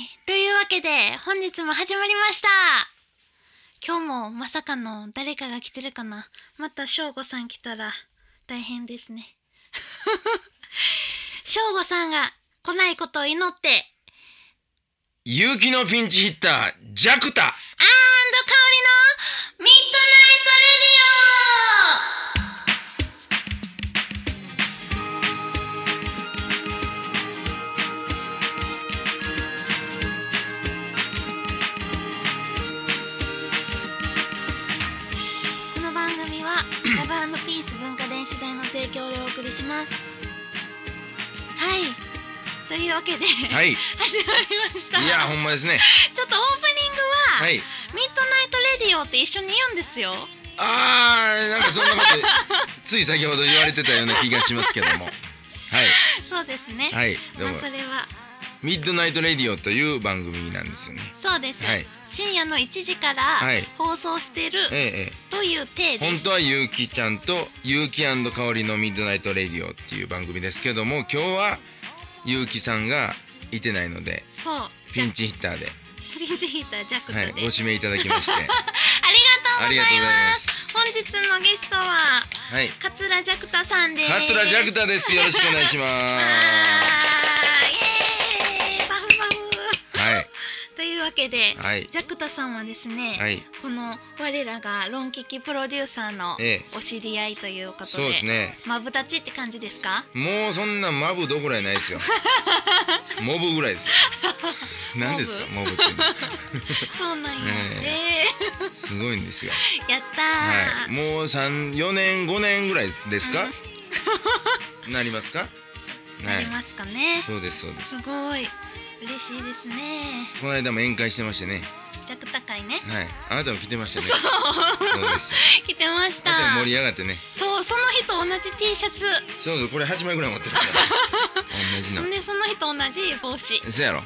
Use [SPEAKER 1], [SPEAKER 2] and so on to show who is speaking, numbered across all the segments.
[SPEAKER 1] わけで本日も始まりました今日もまさかの誰かが来てるかなまた翔吾さん来たら大変ですね 翔吾さんが来ないことを祈ってアン
[SPEAKER 2] 勇気のピンチヒッター、ジャクタ。
[SPEAKER 1] ド香りのミッドナイトレディオこの番組はラブピース文化電子台の提供でお送りしますはいというわけで、
[SPEAKER 2] はい。い
[SPEAKER 1] 始まりました
[SPEAKER 2] や、ほんまですね。
[SPEAKER 1] ちょっとオープニングは、
[SPEAKER 2] はい。
[SPEAKER 1] ミッドナイトレディオって一緒に言うんですよ
[SPEAKER 2] あー、なんかそんなこと、つい先ほど言われてたような気がしますけども。はい。
[SPEAKER 1] そうですね、
[SPEAKER 2] はい。どう
[SPEAKER 1] まあ
[SPEAKER 2] も
[SPEAKER 1] そ。れは
[SPEAKER 2] ミッドナイトレディオという番組なんですよね。
[SPEAKER 1] そうです、
[SPEAKER 2] はい。
[SPEAKER 1] 深夜の1時から
[SPEAKER 2] はい
[SPEAKER 1] 放送してる
[SPEAKER 2] えええ
[SPEAKER 1] という体で
[SPEAKER 2] え。本
[SPEAKER 1] す、
[SPEAKER 2] 当はゆうきちゃんと、ゆうき香りのミッドナイトレディオっていう番組ですけども、今日は、ゆうきさんがいてないので、
[SPEAKER 1] そうじ
[SPEAKER 2] ピ
[SPEAKER 1] ゃ
[SPEAKER 2] ンチヒッターで、
[SPEAKER 1] ピンチヒータージャック
[SPEAKER 2] はい、
[SPEAKER 1] で、
[SPEAKER 2] ご指名いただきまして、
[SPEAKER 1] あ
[SPEAKER 2] あ
[SPEAKER 1] り
[SPEAKER 2] り
[SPEAKER 1] がとうござ
[SPEAKER 2] がとうござ
[SPEAKER 1] い
[SPEAKER 2] い
[SPEAKER 1] ま
[SPEAKER 2] ますす。
[SPEAKER 1] 本日のゲストは
[SPEAKER 2] はい。
[SPEAKER 1] 桂ジャクタさんです
[SPEAKER 2] 桂ジャク
[SPEAKER 1] わ
[SPEAKER 2] タです。よろしくお願いします。
[SPEAKER 1] ーイエーイパフパフ
[SPEAKER 2] はい。
[SPEAKER 1] というわけで
[SPEAKER 2] はい。
[SPEAKER 1] ジャクタさんはですね、
[SPEAKER 2] はい。
[SPEAKER 1] この我らがロンキキプロデューサーの
[SPEAKER 2] ええ。
[SPEAKER 1] お知り合いということで
[SPEAKER 2] そうですね。
[SPEAKER 1] マブダチって感じですか
[SPEAKER 2] もうそんなマブどころやないですよ。モブぐらいですよ。何ですかモブっていうのは。
[SPEAKER 1] そうなんや、
[SPEAKER 2] え
[SPEAKER 1] え
[SPEAKER 2] すごいんですよ。
[SPEAKER 1] ーやったー、
[SPEAKER 2] はい。もう三四年五年ぐらいですか？ なりますか？
[SPEAKER 1] な
[SPEAKER 2] は
[SPEAKER 1] り
[SPEAKER 2] い。
[SPEAKER 1] ますかね、
[SPEAKER 2] そうですそうです。
[SPEAKER 1] すごい嬉しいですね
[SPEAKER 2] この間も宴会してましてね。
[SPEAKER 1] ジャクタ会ね
[SPEAKER 2] はい。あなたも来てましたね。そうです。
[SPEAKER 1] 来てまし
[SPEAKER 2] あ
[SPEAKER 1] た
[SPEAKER 2] なたも盛り上がってね。
[SPEAKER 1] そうその人同じ T シャツ
[SPEAKER 2] そうそうこれ八枚ぐらい持ってるから。同じな。
[SPEAKER 1] でその人同じ帽子
[SPEAKER 2] そやろ。
[SPEAKER 1] う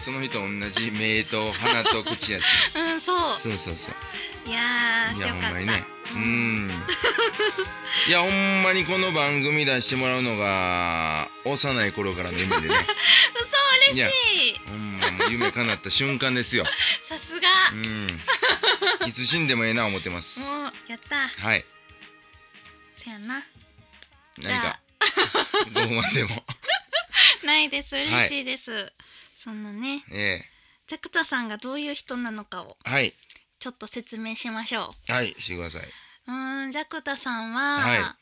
[SPEAKER 2] その人同じ目と鼻と口やし。
[SPEAKER 1] んうんそう
[SPEAKER 2] そうそうそう。
[SPEAKER 1] いやー
[SPEAKER 2] いや
[SPEAKER 1] よ
[SPEAKER 2] ほん
[SPEAKER 1] か
[SPEAKER 2] ま
[SPEAKER 1] っ
[SPEAKER 2] にね
[SPEAKER 1] た
[SPEAKER 2] う、んいやほんまにこの番組出してもらうのが幼い頃からの 夢でね
[SPEAKER 1] 嘘嬉しい
[SPEAKER 2] ほんまもう夢叶った瞬間ですよ
[SPEAKER 1] さすが、
[SPEAKER 2] うんいつ死んでもええな思ってます
[SPEAKER 1] もうやった
[SPEAKER 2] はい
[SPEAKER 1] せやなじ
[SPEAKER 2] 何
[SPEAKER 1] ゃ
[SPEAKER 2] か
[SPEAKER 1] あ
[SPEAKER 2] ご不 満でも
[SPEAKER 1] ないです嬉しいです、そんなね
[SPEAKER 2] え
[SPEAKER 1] ジャクタさんがどういう人なのかを
[SPEAKER 2] えはい
[SPEAKER 1] ちょっと説明しましょ
[SPEAKER 2] はいしてくださいう
[SPEAKER 1] うーんジャクタさんは、
[SPEAKER 2] はいう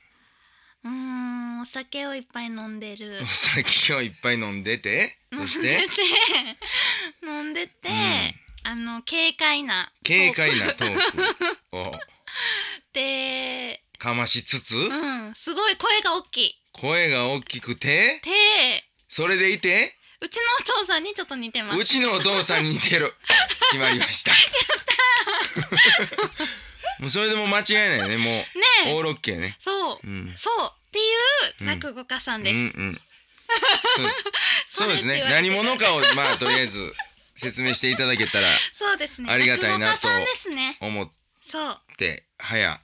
[SPEAKER 1] ーんお酒をいっぱい飲んでる
[SPEAKER 2] お酒をいっぱい飲んでて そし
[SPEAKER 1] 飲んで
[SPEAKER 2] て
[SPEAKER 1] て 飲んでて、
[SPEAKER 2] うん
[SPEAKER 1] あの軽快な
[SPEAKER 2] 軽快なトークを
[SPEAKER 1] で
[SPEAKER 2] かましつつ
[SPEAKER 1] うんすごい声が大きい
[SPEAKER 2] 声が大きくて
[SPEAKER 1] で
[SPEAKER 2] それでいて
[SPEAKER 1] うちのお父さんにちょっと似てます
[SPEAKER 2] うちのお父さんに似てる決まりましたもうそれでもう間違いないよ
[SPEAKER 1] ね
[SPEAKER 2] ねもう
[SPEAKER 1] え
[SPEAKER 2] オーロッケーね
[SPEAKER 1] そう
[SPEAKER 2] うん
[SPEAKER 1] そうっていう
[SPEAKER 2] うん
[SPEAKER 1] 落語家さ
[SPEAKER 2] うんん
[SPEAKER 1] です、
[SPEAKER 2] うんそうですそうです
[SPEAKER 1] それって言
[SPEAKER 2] ね
[SPEAKER 1] われて
[SPEAKER 2] 何者かをまあとりあえず説明していただけたら
[SPEAKER 1] そうですね
[SPEAKER 2] ありがたいなと
[SPEAKER 1] 落語家さんですね
[SPEAKER 2] 思っ
[SPEAKER 1] そう
[SPEAKER 2] て早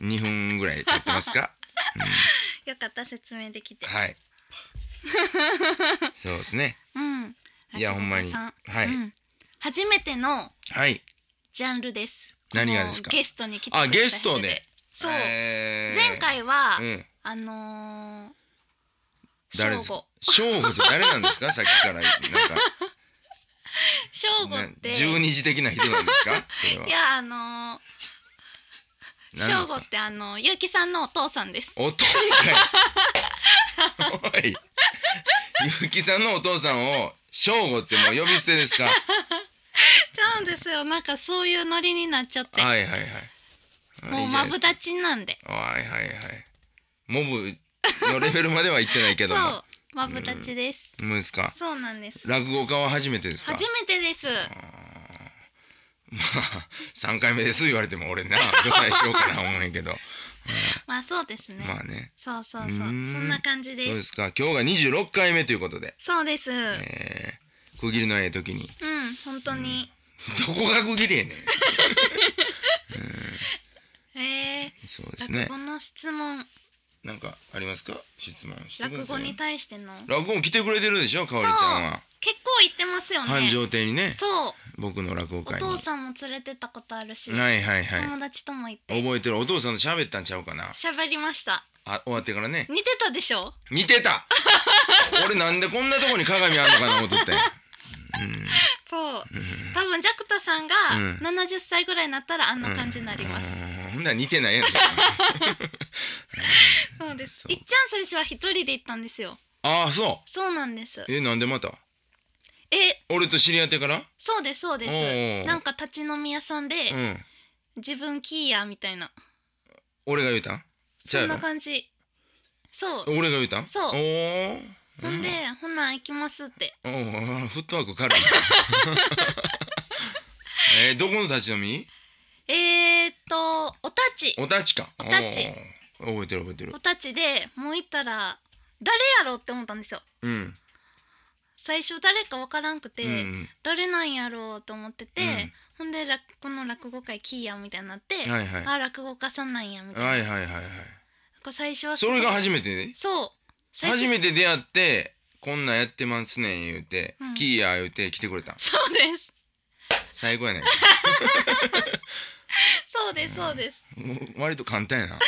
[SPEAKER 2] 2分ぐらい経ってま すか、う
[SPEAKER 1] よかった説明できて
[SPEAKER 2] ん、はいそうですね
[SPEAKER 1] うん
[SPEAKER 2] いやほんまに
[SPEAKER 1] 落語家
[SPEAKER 2] は
[SPEAKER 1] さ
[SPEAKER 2] い、
[SPEAKER 1] んうん初めての
[SPEAKER 2] はい
[SPEAKER 1] ジャンルです
[SPEAKER 2] 何がですか
[SPEAKER 1] このゲストに来てくれた
[SPEAKER 2] あ
[SPEAKER 1] 人
[SPEAKER 2] ゲストね
[SPEAKER 1] そう、
[SPEAKER 2] えー
[SPEAKER 1] 前回は、
[SPEAKER 2] うん
[SPEAKER 1] あのー、
[SPEAKER 2] 誰です
[SPEAKER 1] 正吾
[SPEAKER 2] 正吾って誰なんです かさっきからなんか
[SPEAKER 1] 正吾って
[SPEAKER 2] 十二時的な人なんですか？それは。
[SPEAKER 1] いやあのー、
[SPEAKER 2] 何なん
[SPEAKER 1] 正
[SPEAKER 2] ですか
[SPEAKER 1] 吾ってあのゆうきさんのお父さんです
[SPEAKER 2] お父さんかい。おい、ゆうきさんのお父さんを正吾ってもう呼び捨 てですか？
[SPEAKER 1] ちゃうんですよなんかそういうノリになっちゃって、
[SPEAKER 2] はいはいはい。あ
[SPEAKER 1] もういマブ。ダチなんで
[SPEAKER 2] いいじゃないですかはいはいはい。モブのレベルまでは行ってないけど
[SPEAKER 1] そ
[SPEAKER 2] も。
[SPEAKER 1] うマブダチです、
[SPEAKER 2] もうですか？
[SPEAKER 1] そうなんです
[SPEAKER 2] 落語家は初めてですか？
[SPEAKER 1] 初めてです
[SPEAKER 2] あーまあ三回目です言われても俺などないしようかな思うん やけど。
[SPEAKER 1] まあそうです
[SPEAKER 2] う
[SPEAKER 1] ね、
[SPEAKER 2] んまあね。
[SPEAKER 1] そうそうそう
[SPEAKER 2] う
[SPEAKER 1] そ
[SPEAKER 2] ーん
[SPEAKER 1] んな感じです
[SPEAKER 2] そうですか。今日が二十六回目ということで。
[SPEAKER 1] そうです、
[SPEAKER 2] えー区切りのええ時 に
[SPEAKER 1] うん本当に、
[SPEAKER 2] どこが区切りやねん、
[SPEAKER 1] え
[SPEAKER 2] うんそうで
[SPEAKER 1] ー、
[SPEAKER 2] すね
[SPEAKER 1] 落語の質問
[SPEAKER 2] なんかありますか質問してくだ
[SPEAKER 1] 落
[SPEAKER 2] さ
[SPEAKER 1] 語
[SPEAKER 2] い
[SPEAKER 1] に対しての
[SPEAKER 2] 落語来てくれてるでしょかおりちゃんは
[SPEAKER 1] 結構行ってますよね
[SPEAKER 2] 繁盛亭にね
[SPEAKER 1] そう
[SPEAKER 2] 僕の落語
[SPEAKER 1] お
[SPEAKER 2] 会に
[SPEAKER 1] 父
[SPEAKER 2] は
[SPEAKER 1] さんも連れてったことあるし、
[SPEAKER 2] いはいはい
[SPEAKER 1] 友達とも行って
[SPEAKER 2] 覚えてるお父さんと喋ったんちゃうかな
[SPEAKER 1] 喋りました
[SPEAKER 2] あ終わってからね
[SPEAKER 1] 似てたでしょ
[SPEAKER 2] 似 てた俺なんでこんなとこに鏡あんのかな思っとってう
[SPEAKER 1] そうん
[SPEAKER 2] うん
[SPEAKER 1] 多分ジャクタさんが
[SPEAKER 2] うん
[SPEAKER 1] 70歳ぐらいになったらあんな感じになります、
[SPEAKER 2] うん。ほんなら似てないやん。
[SPEAKER 1] そうです
[SPEAKER 2] そう
[SPEAKER 1] いっちゃん最初は一人で行ったんですよ
[SPEAKER 2] ああそ
[SPEAKER 1] そうなんです
[SPEAKER 2] う。えなんでまた？
[SPEAKER 1] え
[SPEAKER 2] 俺と知り合ってから？
[SPEAKER 1] そうですそう
[SPEAKER 2] おう
[SPEAKER 1] で
[SPEAKER 2] おう
[SPEAKER 1] すなんか立ち飲み屋さんで、
[SPEAKER 2] うん。
[SPEAKER 1] 自分キーやみたいな
[SPEAKER 2] 俺が言うたん？ち
[SPEAKER 1] そ
[SPEAKER 2] ゃうんや
[SPEAKER 1] な
[SPEAKER 2] ろ
[SPEAKER 1] 感じそう
[SPEAKER 2] 俺が言うたん？
[SPEAKER 1] そう
[SPEAKER 2] おお。
[SPEAKER 1] ほんで、ほんなん行きますって
[SPEAKER 2] うん。おおフットワーク軽い。 えー、どこの立ち飲み？
[SPEAKER 1] えー、っとおたち
[SPEAKER 2] お立ちか。
[SPEAKER 1] お立ち
[SPEAKER 2] おー覚えてる覚えてる
[SPEAKER 1] お。たちでもう行ったら誰やろうって思ったんですよ
[SPEAKER 2] うん。
[SPEAKER 1] 最初誰かわからんくて、
[SPEAKER 2] うん
[SPEAKER 1] 誰なんやろうと思ってて、
[SPEAKER 2] うん
[SPEAKER 1] ほんでらこの落語会キーやみたいになって、
[SPEAKER 2] うん。はいはい。
[SPEAKER 1] あ落語家さんなんやみたいな、
[SPEAKER 2] はいはいはいはい。
[SPEAKER 1] こう最初は
[SPEAKER 2] それが初めてね。
[SPEAKER 1] そう最初
[SPEAKER 2] 初めて出会って。こんなんやってますねん言うて、
[SPEAKER 1] うん
[SPEAKER 2] キーや言うて来てくれたん
[SPEAKER 1] そうです
[SPEAKER 2] 最高やねん
[SPEAKER 1] そうですそうです
[SPEAKER 2] もう割と簡単やな。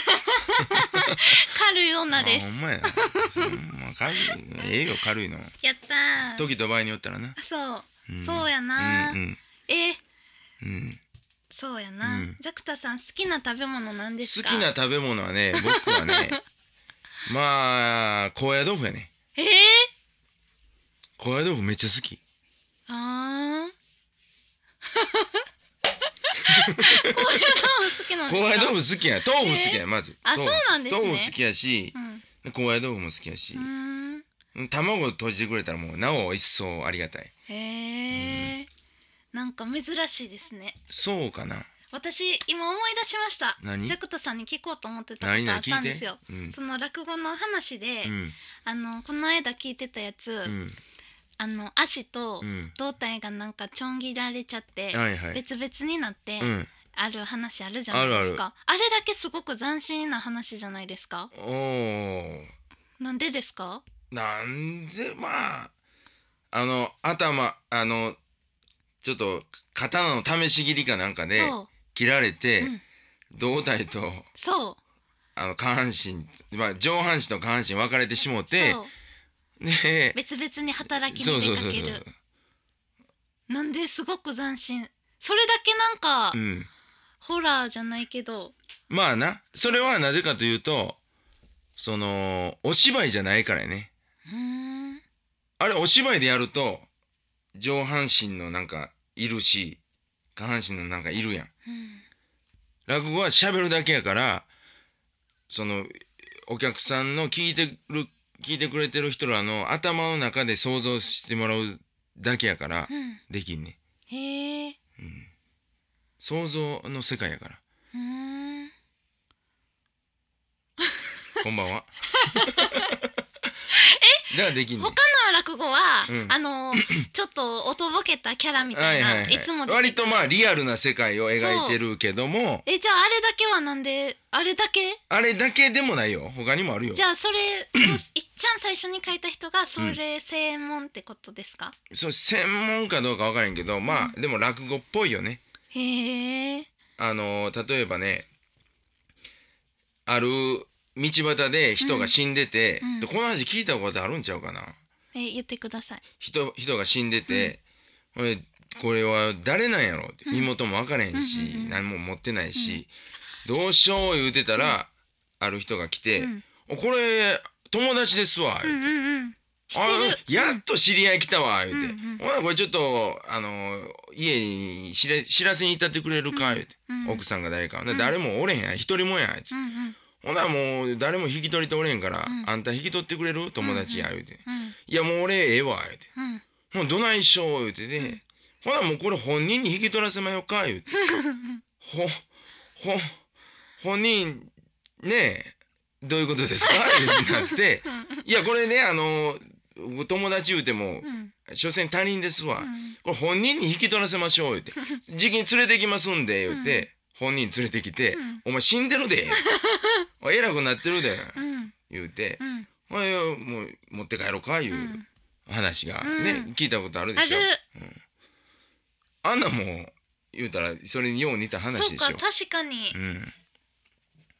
[SPEAKER 1] 軽い女で
[SPEAKER 2] あ
[SPEAKER 1] す
[SPEAKER 2] ほんまやな。そうまあ軽いええよ軽いの。
[SPEAKER 1] やったー
[SPEAKER 2] 時と場合によったらな。
[SPEAKER 1] そう、
[SPEAKER 2] ん
[SPEAKER 1] そうやなー、
[SPEAKER 2] うん
[SPEAKER 1] えー
[SPEAKER 2] うんうん。
[SPEAKER 1] そうやな、
[SPEAKER 2] うん
[SPEAKER 1] ジャクタさん好きな食べ物なんです
[SPEAKER 2] 好
[SPEAKER 1] か
[SPEAKER 2] きな食べ物 はね、僕はね、まあ高野豆腐やね。
[SPEAKER 1] えー、
[SPEAKER 2] 高野豆腐めっちゃ好き。
[SPEAKER 1] あー高野豆腐好きなんで
[SPEAKER 2] 高
[SPEAKER 1] すか
[SPEAKER 2] 野豆腐好きや。豆腐好きやまず。
[SPEAKER 1] あ
[SPEAKER 2] 豆腐
[SPEAKER 1] そうなんですね
[SPEAKER 2] 豆腐好きやし、
[SPEAKER 1] うん
[SPEAKER 2] 高野豆腐も好きやし
[SPEAKER 1] う、ーん
[SPEAKER 2] 卵閉じてくれたらもうなお一層ありがたい。
[SPEAKER 1] へえなんか珍しいですね
[SPEAKER 2] そうかな。
[SPEAKER 1] 私今思い出しました
[SPEAKER 2] 何
[SPEAKER 1] ジャクタさんに聞こうと思ってたこ
[SPEAKER 2] 何
[SPEAKER 1] とあ
[SPEAKER 2] 々
[SPEAKER 1] っ
[SPEAKER 2] 聞
[SPEAKER 1] た
[SPEAKER 2] い
[SPEAKER 1] んです
[SPEAKER 2] て
[SPEAKER 1] よ。
[SPEAKER 2] うん
[SPEAKER 1] その落語の話で、
[SPEAKER 2] うん
[SPEAKER 1] あのこの間聞いてたやつ、
[SPEAKER 2] うん
[SPEAKER 1] あの足と
[SPEAKER 2] うん。
[SPEAKER 1] 胴体がなんかちょん切られちゃって、
[SPEAKER 2] はいはい。
[SPEAKER 1] 別々になって、
[SPEAKER 2] うん。
[SPEAKER 1] ある話あるじゃないですかあれだけすごく斬新な話じゃないですか
[SPEAKER 2] おお。
[SPEAKER 1] なんでですか
[SPEAKER 2] なんでまああの頭あのちょっと刀の試し切りかなんかで
[SPEAKER 1] そう、
[SPEAKER 2] 切られて、
[SPEAKER 1] うん、
[SPEAKER 2] 胴体と
[SPEAKER 1] そう
[SPEAKER 2] あの下半身、まあ、上半身と下半身分かれてしもて
[SPEAKER 1] そう
[SPEAKER 2] で
[SPEAKER 1] 別々に働き
[SPEAKER 2] そう
[SPEAKER 1] に
[SPEAKER 2] そ
[SPEAKER 1] 出
[SPEAKER 2] うそ
[SPEAKER 1] か
[SPEAKER 2] う
[SPEAKER 1] け
[SPEAKER 2] そう
[SPEAKER 1] る、なんですごく斬新それだけなんか、
[SPEAKER 2] うん、
[SPEAKER 1] ホラーじゃないけど
[SPEAKER 2] まあなそれはなぜかというとそのお芝居じゃないからやね
[SPEAKER 1] うーん
[SPEAKER 2] あれお芝居でやると上半身のなんかいるし下半身のなんかいるや
[SPEAKER 1] う
[SPEAKER 2] ん
[SPEAKER 1] ん
[SPEAKER 2] 落語は喋るだけやからそのお客さんの聞いてる聞いてくれてる人らの頭の中で想像してもらうだけやから
[SPEAKER 1] うん
[SPEAKER 2] できんね、
[SPEAKER 1] へえ
[SPEAKER 2] うん、想像の世界やから
[SPEAKER 1] うーん
[SPEAKER 2] こんば んはえだからできんね
[SPEAKER 1] 他の落語は、
[SPEAKER 2] うん
[SPEAKER 1] あ のちょっとおとぼけたキャラみた
[SPEAKER 2] はいい
[SPEAKER 1] な、
[SPEAKER 2] はい
[SPEAKER 1] い
[SPEAKER 2] はい
[SPEAKER 1] つも出てくる
[SPEAKER 2] 割とまあリアルな世界を描いてるけども
[SPEAKER 1] えじゃああれだけはなんであれだけ
[SPEAKER 2] あれだけでもないよ他にもあるよ
[SPEAKER 1] じゃあそれもういっちゃん最初に書いた人がそれ専門ってことですか、
[SPEAKER 2] そう専門かどうか分からへんけどまあ、
[SPEAKER 1] う
[SPEAKER 2] でも落語っぽいよね
[SPEAKER 1] へえ
[SPEAKER 2] あの例えばねある道端で人が死んでて、
[SPEAKER 1] うんうん
[SPEAKER 2] でこの話聞いたことあるんちゃうかな
[SPEAKER 1] え言ってください
[SPEAKER 2] 人人が死んでて、ほいでこれは誰なんやろって
[SPEAKER 1] うん
[SPEAKER 2] 身元も分からへんし、
[SPEAKER 1] うんうんうん
[SPEAKER 2] 何も持ってないし、どうしよう言うてたら、ある人が来て
[SPEAKER 1] うん、
[SPEAKER 2] 「おこれ友達ですわ」
[SPEAKER 1] うん
[SPEAKER 2] 言う
[SPEAKER 1] う
[SPEAKER 2] て。
[SPEAKER 1] んうん知って
[SPEAKER 2] あ
[SPEAKER 1] る
[SPEAKER 2] やっと知り合い来たわ言うて、
[SPEAKER 1] うんうん
[SPEAKER 2] ほなこれちょっとあの家に知れ知らせに行ったってくれるか言うて、
[SPEAKER 1] うん
[SPEAKER 2] 奥さんが誰か、で
[SPEAKER 1] うん
[SPEAKER 2] 誰もおれへんやん一人もんやんあいつ、
[SPEAKER 1] うんうん
[SPEAKER 2] ほなもう誰も引き取りておれへんから、
[SPEAKER 1] うん
[SPEAKER 2] あんた引き取ってくれる友達や言うて、
[SPEAKER 1] うん
[SPEAKER 2] いやもう俺ええわ言うて
[SPEAKER 1] うん
[SPEAKER 2] ほなどないしょう言うてで、
[SPEAKER 1] うん
[SPEAKER 2] ほなもうこれ本人に引き取らせまよう か言うてほほ本人ねえどういうこ とですか言うてなっていやこれねあの友達言うて
[SPEAKER 1] う
[SPEAKER 2] も
[SPEAKER 1] ん
[SPEAKER 2] 所詮他人ですわ、
[SPEAKER 1] うん
[SPEAKER 2] これ本人に引き取らせましょう言う て時期に連れてきますんで言うて、本人連れてきて、
[SPEAKER 1] うん
[SPEAKER 2] お前死んでるでお前偉くなってるで
[SPEAKER 1] うん
[SPEAKER 2] 言うて
[SPEAKER 1] う、ん
[SPEAKER 2] ほいもう持って帰ろうか言う、
[SPEAKER 1] うん
[SPEAKER 2] 話がね、
[SPEAKER 1] うん
[SPEAKER 2] 聞いたことあるで
[SPEAKER 1] あ
[SPEAKER 2] しょ
[SPEAKER 1] る
[SPEAKER 2] あんなもん言うたらそれによう似た話
[SPEAKER 1] そう
[SPEAKER 2] でしょ
[SPEAKER 1] か確かに
[SPEAKER 2] うん、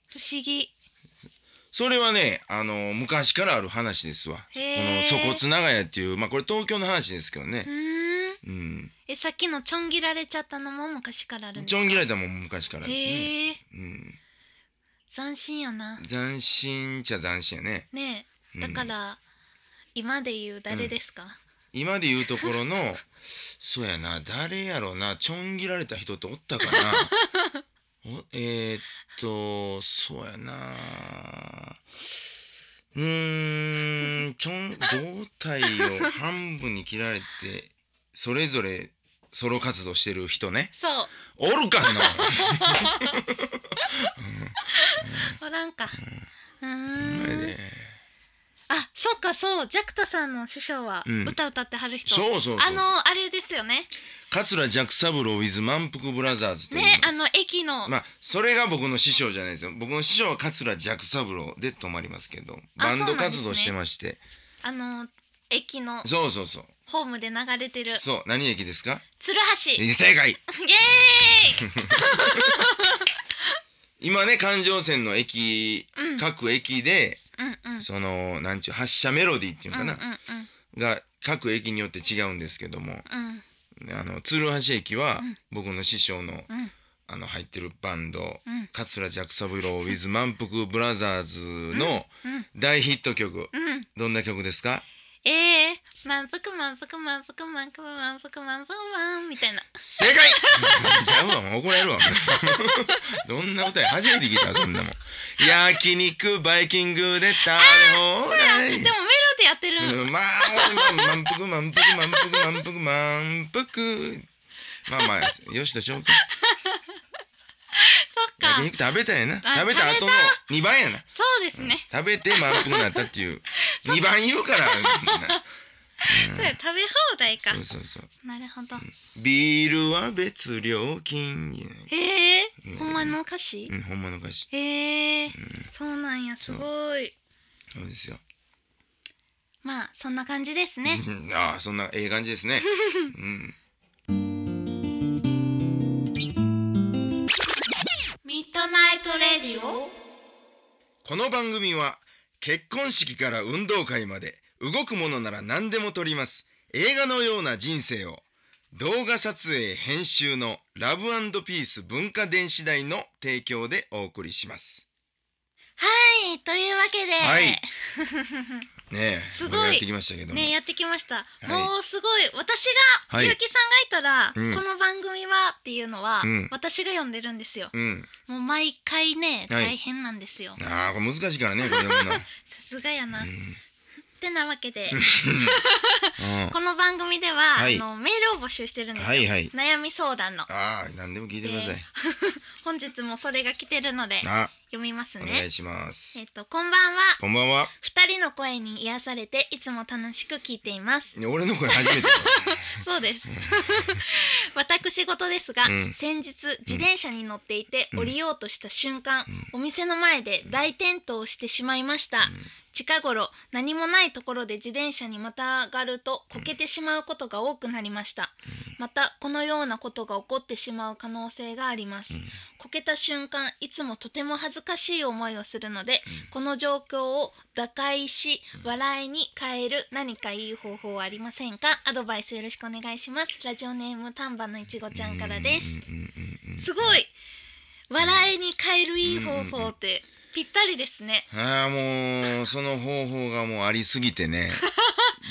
[SPEAKER 1] 不思議
[SPEAKER 2] それはねあの昔からある話ですわこ
[SPEAKER 1] へ
[SPEAKER 2] の
[SPEAKER 1] え
[SPEAKER 2] 「粗骨長屋」っていうまあこれ東京の話ですけど
[SPEAKER 1] う
[SPEAKER 2] ね、
[SPEAKER 1] ーん
[SPEAKER 2] うん
[SPEAKER 1] えさっきのちょん切られちゃったのも昔からあるんです
[SPEAKER 2] ジョン・ギライダも昔からですね、
[SPEAKER 1] へえ
[SPEAKER 2] うん、
[SPEAKER 1] 斬新やな
[SPEAKER 2] 斬新っちゃ斬新やね、
[SPEAKER 1] ね
[SPEAKER 2] う
[SPEAKER 1] え
[SPEAKER 2] ん
[SPEAKER 1] だから、今で言う誰ですか、
[SPEAKER 2] 今で言うところのそうやな誰やろなちょん切られた人っておったかな おえー、っとそうやなうーんちょん胴体を半分に切られてそれぞれソロ活動してる人ね
[SPEAKER 1] そう
[SPEAKER 2] お るかな
[SPEAKER 1] おらんかう
[SPEAKER 2] うん
[SPEAKER 1] ーん
[SPEAKER 2] ほんまやで
[SPEAKER 1] あそうかそうジャクタさんの師匠は
[SPEAKER 2] うん
[SPEAKER 1] 歌歌ってはる人、
[SPEAKER 2] そうそうそう
[SPEAKER 1] あのあれですよね
[SPEAKER 2] 桂寂三郎 with 満腹ブラザーズという
[SPEAKER 1] ねあの駅の、
[SPEAKER 2] まあそれが僕の師匠じゃないですよ僕の師匠は桂寂三郎で止まりますけど
[SPEAKER 1] あ
[SPEAKER 2] バン
[SPEAKER 1] そ
[SPEAKER 2] ド
[SPEAKER 1] うなんですね
[SPEAKER 2] 活動してまして
[SPEAKER 1] あの駅の
[SPEAKER 2] そう,、そうそう
[SPEAKER 1] ホームで流れてる
[SPEAKER 2] そう何駅ですか
[SPEAKER 1] 鶴橋イエ
[SPEAKER 2] え正解
[SPEAKER 1] ーイ、
[SPEAKER 2] 今ね環状線の駅
[SPEAKER 1] うん、うん
[SPEAKER 2] 各駅で、
[SPEAKER 1] うん
[SPEAKER 2] そのなんちゅう発車メロディーっていうの
[SPEAKER 1] う
[SPEAKER 2] か
[SPEAKER 1] ん
[SPEAKER 2] な、
[SPEAKER 1] うん
[SPEAKER 2] が各駅によって違うんですけども
[SPEAKER 1] うん
[SPEAKER 2] あの鶴橋駅は
[SPEAKER 1] うん
[SPEAKER 2] 僕の師匠の,、
[SPEAKER 1] うん
[SPEAKER 2] あの入ってるバンド
[SPEAKER 1] うん
[SPEAKER 2] 桂寂三郎 with 満腹ブラザーズの
[SPEAKER 1] うん
[SPEAKER 2] 大ヒット曲
[SPEAKER 1] うん
[SPEAKER 2] どんな曲ですか
[SPEAKER 1] ええ満腹満腹満腹満腹満腹満腹満腹みたいな
[SPEAKER 2] 正解ちゃうわもう怒られるわどんな歌や初めて聞いたわそんなもん焼肉バイキングで食べ放題
[SPEAKER 1] でもメロディーやってる、
[SPEAKER 2] うんまあまあ満腹満腹満腹満腹満腹まあまあよしとしようか
[SPEAKER 1] そっか
[SPEAKER 2] 焼肉食べたやな
[SPEAKER 1] あ
[SPEAKER 2] 食べた後の2番やな、
[SPEAKER 1] そうです
[SPEAKER 2] うん
[SPEAKER 1] ね、
[SPEAKER 2] 食べて満腹になったっていう2番言うから、うん
[SPEAKER 1] そうや食べ放題か
[SPEAKER 2] そうそうそう
[SPEAKER 1] なるほど
[SPEAKER 2] ビールは別料金
[SPEAKER 1] へえほんまの歌詞
[SPEAKER 2] うんほんまの歌詞
[SPEAKER 1] へえ
[SPEAKER 2] うん
[SPEAKER 1] そうなんやすごい
[SPEAKER 2] そうですよ。
[SPEAKER 1] まあそんな感じですね
[SPEAKER 2] うん。ああ、そんなええ感じで すね。うん。
[SPEAKER 1] ミッドナイトレディオ
[SPEAKER 2] この番組は結婚式から運動会まで動くものなら何でも撮ります。映画のような人生を動画撮影編集のラブピース文化電子台の提供でお送りします。
[SPEAKER 1] はいというわけで、
[SPEAKER 2] はいねえ、
[SPEAKER 1] すごい
[SPEAKER 2] これやってきましたけども。
[SPEAKER 1] ねやってきました、
[SPEAKER 2] い
[SPEAKER 1] もうすごい私が、
[SPEAKER 2] は
[SPEAKER 1] ゆう
[SPEAKER 2] い。
[SPEAKER 1] きさんがいたら、
[SPEAKER 2] うん
[SPEAKER 1] この番組はっていうのは、
[SPEAKER 2] うん
[SPEAKER 1] 私が読んでるんですよ
[SPEAKER 2] うん。
[SPEAKER 1] もう毎回ね
[SPEAKER 2] はい
[SPEAKER 1] 大変なんですよ、
[SPEAKER 2] ああ、これ難しいからね、これ読む の。
[SPEAKER 1] さすがやな、っ
[SPEAKER 2] うん
[SPEAKER 1] てなわけで、
[SPEAKER 2] うん
[SPEAKER 1] この番組では、
[SPEAKER 2] はい
[SPEAKER 1] あのメールを募集してるんですよ、
[SPEAKER 2] はいはい。
[SPEAKER 1] 悩み相談の
[SPEAKER 2] ああ、何でも聞いてください。
[SPEAKER 1] 本日もそれが来てるので
[SPEAKER 2] あ、
[SPEAKER 1] 読みます
[SPEAKER 2] お願
[SPEAKER 1] ね
[SPEAKER 2] いします
[SPEAKER 1] えっ。とこんばんは
[SPEAKER 2] こんばんは。
[SPEAKER 1] 二人の声に癒されていつも楽しく聞いています
[SPEAKER 2] いや俺の声初めて だよ。
[SPEAKER 1] そうです 私事ですが、
[SPEAKER 2] うん
[SPEAKER 1] 先日自転車に乗っていて
[SPEAKER 2] うん
[SPEAKER 1] 降りようとした瞬間、お店の前で大転倒してしまいました、近頃何もないところで自転車にまたがるとこけてしまうことが多くなりましたまたこのようなことが起こってしまう可能性があります
[SPEAKER 2] うん
[SPEAKER 1] こけた瞬間いつもとても恥ずかしい思いをするのでこの状況を打開し
[SPEAKER 2] うん
[SPEAKER 1] 笑いに変える何かいい方法はありませんかアドバイスよろしくお願いしますラジオネーム丹波のいちごちゃんからです。
[SPEAKER 2] うんうんうんうん
[SPEAKER 1] すごい笑いに変えるいい方法ってぴったりですね
[SPEAKER 2] ああもうその方法がもうありすぎてね。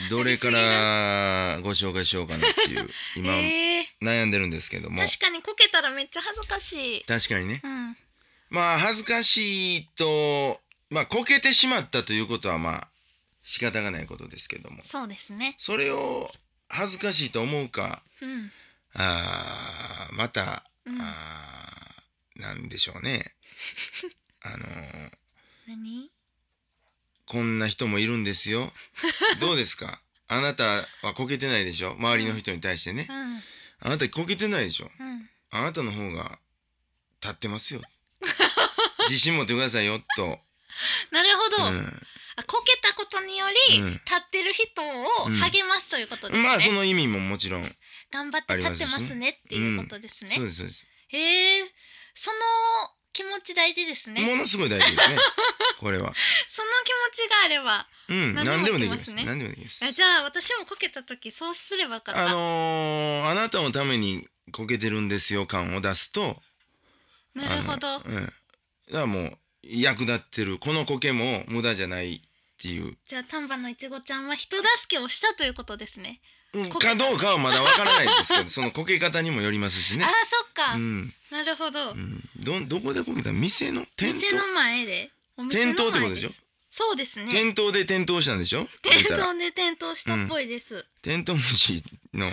[SPEAKER 2] どれからご紹介しようかなっていう今
[SPEAKER 1] えー
[SPEAKER 2] 悩んでるんですけども。
[SPEAKER 1] 確かにこけたらめっちゃ恥ずかしい。
[SPEAKER 2] 確かにね。
[SPEAKER 1] うん、
[SPEAKER 2] まあ恥ずかしいとまあこけてしまったということはまあ仕方がないことですけども。
[SPEAKER 1] そうですね。
[SPEAKER 2] それを恥ずかしいと思うか。
[SPEAKER 1] うん、
[SPEAKER 2] あーまた
[SPEAKER 1] うん、
[SPEAKER 2] あーなんでしょうね あのー
[SPEAKER 1] 何？
[SPEAKER 2] こんな人もいるんですよどうです かあなたはこけてないでしょ周りの人に対してね
[SPEAKER 1] うん、
[SPEAKER 2] あなたこけてないでしょ
[SPEAKER 1] うん、
[SPEAKER 2] あなたの方が 立ってますよ自信持ってくださいよと、
[SPEAKER 1] なるほど。
[SPEAKER 2] うん
[SPEAKER 1] あこけたことにより、
[SPEAKER 2] うん
[SPEAKER 1] 立ってる人を励ますということですね、
[SPEAKER 2] まあその意味ももちろん、
[SPEAKER 1] 頑張って立ってますねっていうことですね、
[SPEAKER 2] そうですそうです、
[SPEAKER 1] へえその気持ち大事ですね
[SPEAKER 2] ものすごい大事ですねこれは
[SPEAKER 1] その気持ちがあれば
[SPEAKER 2] うん
[SPEAKER 1] 何
[SPEAKER 2] 何
[SPEAKER 1] でも
[SPEAKER 2] で
[SPEAKER 1] できま
[SPEAKER 2] もできますす
[SPEAKER 1] ね
[SPEAKER 2] 何でもできます
[SPEAKER 1] あじゃあ私もこけた時そうすればよかった、
[SPEAKER 2] あのーあなたのためにこけてるんですよ感を出すと
[SPEAKER 1] なるほど
[SPEAKER 2] あのうん、だからもう役立ってるこのコケも無駄じゃないっていう
[SPEAKER 1] じゃあ丹波のいちごちゃんは人助けをしたということですね、コケ
[SPEAKER 2] かどうかはまだわからないですけど そのこけ方にもよりますしね
[SPEAKER 1] あー。そっか、
[SPEAKER 2] うん
[SPEAKER 1] なるほど、
[SPEAKER 2] うん、どどこでこけた店の店
[SPEAKER 1] 店
[SPEAKER 2] 頭
[SPEAKER 1] の前でお店の前
[SPEAKER 2] 店頭ってことでしょ
[SPEAKER 1] すそうですね
[SPEAKER 2] 店頭で転倒したんでしょ
[SPEAKER 1] 店
[SPEAKER 2] こけたら
[SPEAKER 1] 頭で転倒したっぽいです、
[SPEAKER 2] テントウムシの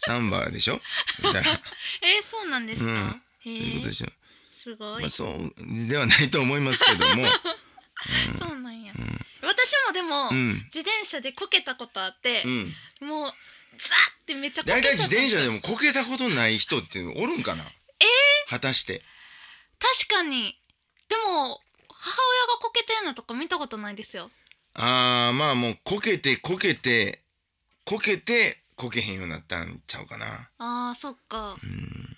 [SPEAKER 2] サンバでしょみたいな
[SPEAKER 1] えー、そうなんですか、
[SPEAKER 2] うん
[SPEAKER 1] へ
[SPEAKER 2] そういうこと で
[SPEAKER 1] え
[SPEAKER 2] しょ、
[SPEAKER 1] すごい、
[SPEAKER 2] まあ、そうではないと思いますけども、
[SPEAKER 1] そうなんや
[SPEAKER 2] うん
[SPEAKER 1] 私もでも、
[SPEAKER 2] うん
[SPEAKER 1] 自転車でこけたことあって
[SPEAKER 2] う、ん、
[SPEAKER 1] もうザーってめっちゃこけ
[SPEAKER 2] 大
[SPEAKER 1] ちゃ
[SPEAKER 2] 体
[SPEAKER 1] った
[SPEAKER 2] 自転車でもこけたことない人っていうのおるんかな
[SPEAKER 1] え
[SPEAKER 2] 果たして
[SPEAKER 1] 確かにでも母親がこけてんのとか見たことないですよ
[SPEAKER 2] あーまあもうこけてこけてこけてこけへんようになったんちゃうかな
[SPEAKER 1] あーそっか
[SPEAKER 2] うん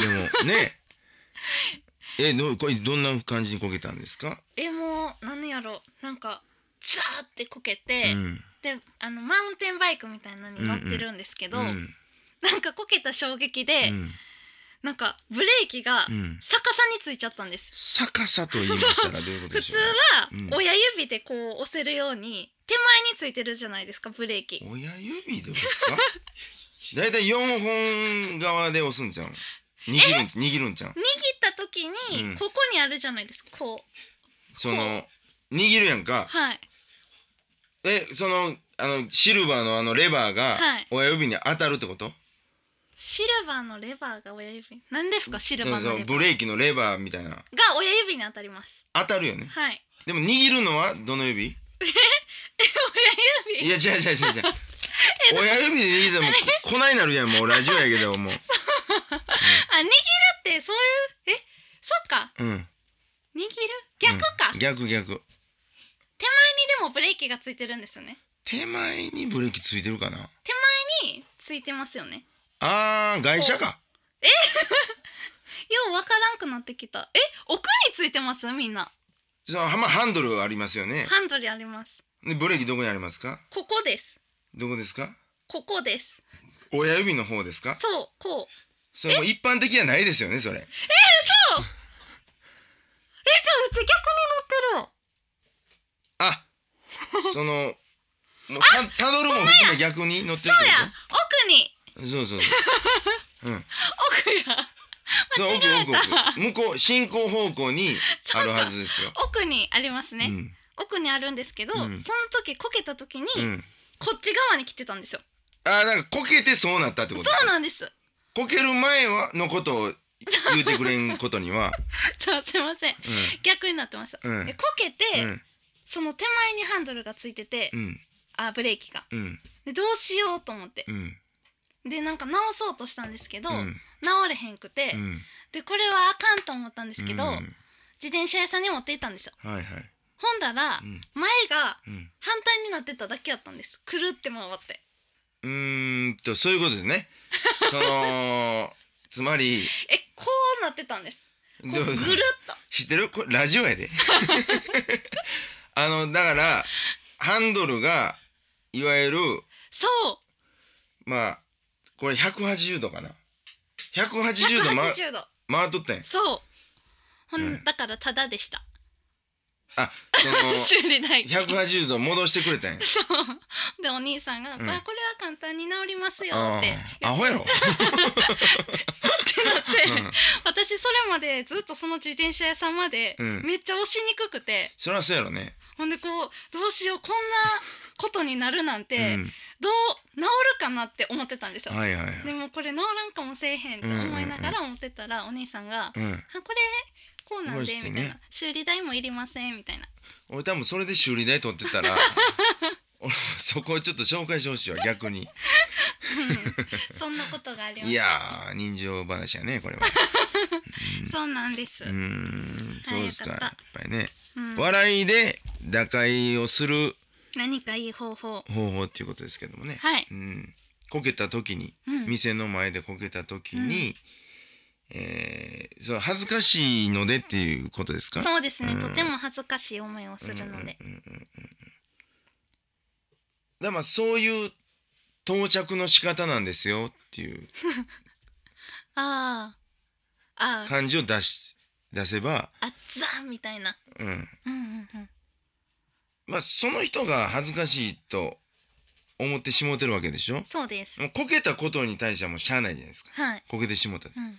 [SPEAKER 2] で もねえどこれどんな感じにこけたんですか、
[SPEAKER 1] えもう何やろなんかザーってこけて、
[SPEAKER 2] うん
[SPEAKER 1] であのマウンテンバイクみたいなのに乗ってるんですけど、
[SPEAKER 2] うん
[SPEAKER 1] なんかこけた衝撃で、
[SPEAKER 2] うん
[SPEAKER 1] なんかブレーキが
[SPEAKER 2] うん、
[SPEAKER 1] 逆さについちゃったんです、
[SPEAKER 2] 逆さと言いましたらどういう
[SPEAKER 1] 普
[SPEAKER 2] ことでし
[SPEAKER 1] 通
[SPEAKER 2] ょううん
[SPEAKER 1] は親指でこう押せるように手前についてるじゃないですかブレーキ
[SPEAKER 2] ね親指でですかだいたい4本側で押すんじゃん握るん握るんじゃん
[SPEAKER 1] 握った時に、
[SPEAKER 2] うん
[SPEAKER 1] ここにあるじゃないですかこう
[SPEAKER 2] その握るやんか
[SPEAKER 1] はい
[SPEAKER 2] えそのあのシルバーのあのレバーが
[SPEAKER 1] はい
[SPEAKER 2] 親指に当たるってこと、
[SPEAKER 1] シルバーのレバーが親指に何ですかシルバー
[SPEAKER 2] そ
[SPEAKER 1] のレ
[SPEAKER 2] うそう
[SPEAKER 1] バー
[SPEAKER 2] ブレーキのレバーみたいな
[SPEAKER 1] が親指に当たります
[SPEAKER 2] 当たるよね
[SPEAKER 1] はい
[SPEAKER 2] でも握るのはどの指
[SPEAKER 1] 親指
[SPEAKER 2] いや 違う違う違う違う親指で握ってもここないなるやんもうラジオやけ どもう
[SPEAKER 1] あ握るってそういうえそっか
[SPEAKER 2] うん、うん、
[SPEAKER 1] 握る逆か、にで
[SPEAKER 2] 逆逆
[SPEAKER 1] もブレーキがついてるんですよね
[SPEAKER 2] 手前にブレーキついてるかな
[SPEAKER 1] についてますよね
[SPEAKER 2] あー外車か
[SPEAKER 1] ようわからんくなってきたえ奥についてますみんな
[SPEAKER 2] そのはまあハンドルありますよね
[SPEAKER 1] ハンドルあります
[SPEAKER 2] でブレーキどこにありますか
[SPEAKER 1] ここです
[SPEAKER 2] どこですか
[SPEAKER 1] ここです
[SPEAKER 2] 親指の方ですか
[SPEAKER 1] そうこう
[SPEAKER 2] それも一般的じゃないですよねそれ
[SPEAKER 1] えじゃあうち逆に乗ってる
[SPEAKER 2] あそのもうササドルも含め逆に乗ってる
[SPEAKER 1] そうや奥に
[SPEAKER 2] ってことそうそ うそう、うん、
[SPEAKER 1] 奥や
[SPEAKER 2] そう奥奥奥向こう進行方向にあるはずですよ、
[SPEAKER 1] 奥にありますね、
[SPEAKER 2] うん
[SPEAKER 1] 奥にあるんですけど、
[SPEAKER 2] うん
[SPEAKER 1] その時こけた時に、
[SPEAKER 2] うん、
[SPEAKER 1] こっち側に来てたんですよ
[SPEAKER 2] あーだからこけてそうなったっ
[SPEAKER 1] そ
[SPEAKER 2] てこ
[SPEAKER 1] う
[SPEAKER 2] と
[SPEAKER 1] なんです
[SPEAKER 2] こける前はのことを言うてくれんこと には、
[SPEAKER 1] じゃあすいません逆になってました、
[SPEAKER 2] うんうん
[SPEAKER 1] でこけて、
[SPEAKER 2] うん
[SPEAKER 1] その手前にハンドルがついてて、
[SPEAKER 2] うん
[SPEAKER 1] あブレーキが
[SPEAKER 2] うん
[SPEAKER 1] でどうしようと思って
[SPEAKER 2] うん
[SPEAKER 1] でなんか直そうとしたんですけど、
[SPEAKER 2] うん
[SPEAKER 1] 直れへんくて、
[SPEAKER 2] うん
[SPEAKER 1] でこれはあかんと思ったんですけど、
[SPEAKER 2] うん
[SPEAKER 1] 自転車屋さんに持って行ったんですよ
[SPEAKER 2] はいはい、
[SPEAKER 1] ほんだら
[SPEAKER 2] うん
[SPEAKER 1] 前が
[SPEAKER 2] うん
[SPEAKER 1] 反対になってただけやったんですくるって回って
[SPEAKER 2] うーんとそういうことですねそのつまり
[SPEAKER 1] えこうなってたんです こう
[SPEAKER 2] どう
[SPEAKER 1] ぐるっと
[SPEAKER 2] 知ってるこれラジオ やであのだからハンドルがいわゆる
[SPEAKER 1] そう
[SPEAKER 2] まあこれ180度かな180度、ま、
[SPEAKER 1] 180度
[SPEAKER 2] 回っとったんや
[SPEAKER 1] そうほん、
[SPEAKER 2] うん
[SPEAKER 1] だからタダでした
[SPEAKER 2] あそ
[SPEAKER 1] 修理代
[SPEAKER 2] の180度戻してく れたんや
[SPEAKER 1] そうでお兄さんが、
[SPEAKER 2] うん
[SPEAKER 1] まあこれは簡単に治りますよ
[SPEAKER 2] あ
[SPEAKER 1] って
[SPEAKER 2] ーアホ やろ、
[SPEAKER 1] ってなって、
[SPEAKER 2] うん
[SPEAKER 1] 私それまでずっとその自転車屋さんまで、
[SPEAKER 2] うん
[SPEAKER 1] めっちゃ押しにくくて
[SPEAKER 2] そりゃそうやろね、
[SPEAKER 1] ほんでこうどうしようこんなことになるなんて、
[SPEAKER 2] うん
[SPEAKER 1] どう治るかなって思ってたんですよ、
[SPEAKER 2] はいはいはい、
[SPEAKER 1] でもこれ治らんかもせえへんって思いながら思ってたら、お兄さんが「あ
[SPEAKER 2] うん、
[SPEAKER 1] これこうなんで」
[SPEAKER 2] こ
[SPEAKER 1] みた
[SPEAKER 2] うして
[SPEAKER 1] い
[SPEAKER 2] ね
[SPEAKER 1] な、修理代もいりません」みた いな
[SPEAKER 2] 俺多分それで修理代取って たら俺そこをちょっと紹介してほしいわ逆に
[SPEAKER 1] うんそんなことがあります
[SPEAKER 2] いやー人情話やねこれ は
[SPEAKER 1] そうなんです
[SPEAKER 2] うーんそうですか
[SPEAKER 1] あよ
[SPEAKER 2] や
[SPEAKER 1] かっ
[SPEAKER 2] っぱりね、
[SPEAKER 1] うん
[SPEAKER 2] 笑いで打開をする
[SPEAKER 1] 何かいい方法
[SPEAKER 2] 方法っていうことですけどもね、
[SPEAKER 1] はい、
[SPEAKER 2] うん、こけた時に
[SPEAKER 1] うん、
[SPEAKER 2] 店の前でこけた時に、えーそう恥ずかしいのでっていうことですか
[SPEAKER 1] そうですね、
[SPEAKER 2] うん
[SPEAKER 1] とても恥ずかしい思いをするので、
[SPEAKER 2] うんうんうんうんうんだからまあそういう到着の仕方なんですよっていう
[SPEAKER 1] ああああ
[SPEAKER 2] 感じを出し出せば、
[SPEAKER 1] あっざーみたいな、
[SPEAKER 2] うん、
[SPEAKER 1] うんうんうん、
[SPEAKER 2] まあその人が恥ずかしいと思ってしもうてるわけでしょ
[SPEAKER 1] そうです
[SPEAKER 2] もうこけたことに対してはもうしゃあないじゃないですか
[SPEAKER 1] はい、
[SPEAKER 2] こけてしもうた
[SPEAKER 1] うん、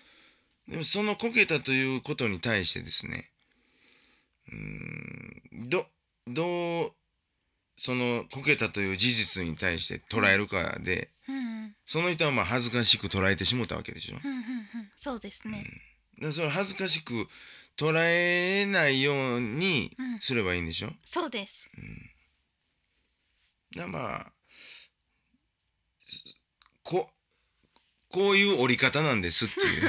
[SPEAKER 2] でもそのこけたということに対してですねうーんどどうそのこけたという事実に対して捉えるかで
[SPEAKER 1] うんうん
[SPEAKER 2] その人はまあ恥ずかしく捉えてしもうたわけでしょ。
[SPEAKER 1] うんうんうんそうです
[SPEAKER 2] うん、
[SPEAKER 1] ね
[SPEAKER 2] だからそれ恥ずかしく捉えないように
[SPEAKER 1] うん
[SPEAKER 2] すればいいんでしょ。うん、
[SPEAKER 1] そうです
[SPEAKER 2] だからまあすここういう折り方なんですってい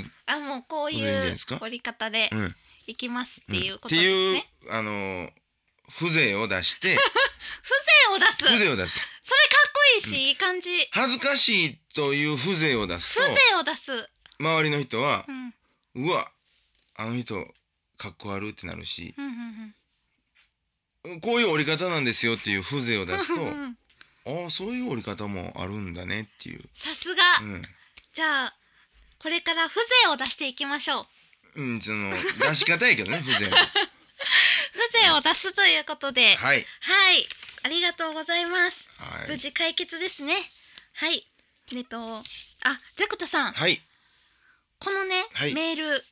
[SPEAKER 2] う。
[SPEAKER 1] あもうこう
[SPEAKER 2] これでいいんじゃない
[SPEAKER 1] いう
[SPEAKER 2] ですか
[SPEAKER 1] 折り方で
[SPEAKER 2] うん
[SPEAKER 1] いきますって
[SPEAKER 2] ん
[SPEAKER 1] いうことですね、
[SPEAKER 2] っていうあのー風情を出して
[SPEAKER 1] 手を出す それかっ
[SPEAKER 2] 風情を出す
[SPEAKER 1] こいいし、いい感じ
[SPEAKER 2] 恥ずかしいという風情を出すと
[SPEAKER 1] 風情を出す、
[SPEAKER 2] 周りの人は
[SPEAKER 1] う、ん、
[SPEAKER 2] うわあの人かっこ悪いってなるし
[SPEAKER 1] うんうん
[SPEAKER 2] こういう折り方なんですよっていう風情を
[SPEAKER 1] う
[SPEAKER 2] 出すと
[SPEAKER 1] ん
[SPEAKER 2] ああそういう折り方もあるんだねっていう、
[SPEAKER 1] さすが、じゃあこれから風情を出していきましょう
[SPEAKER 2] うん、うん、その出し方やけどね風情 は
[SPEAKER 1] 風情を出すということで、はい、
[SPEAKER 2] はい
[SPEAKER 1] ありがとうございます。
[SPEAKER 2] は
[SPEAKER 1] 無
[SPEAKER 2] い、
[SPEAKER 1] 事解決ですね。はい、えっと、あ、ジャクタさん、
[SPEAKER 2] はい、
[SPEAKER 1] このね、
[SPEAKER 2] はい
[SPEAKER 1] メール、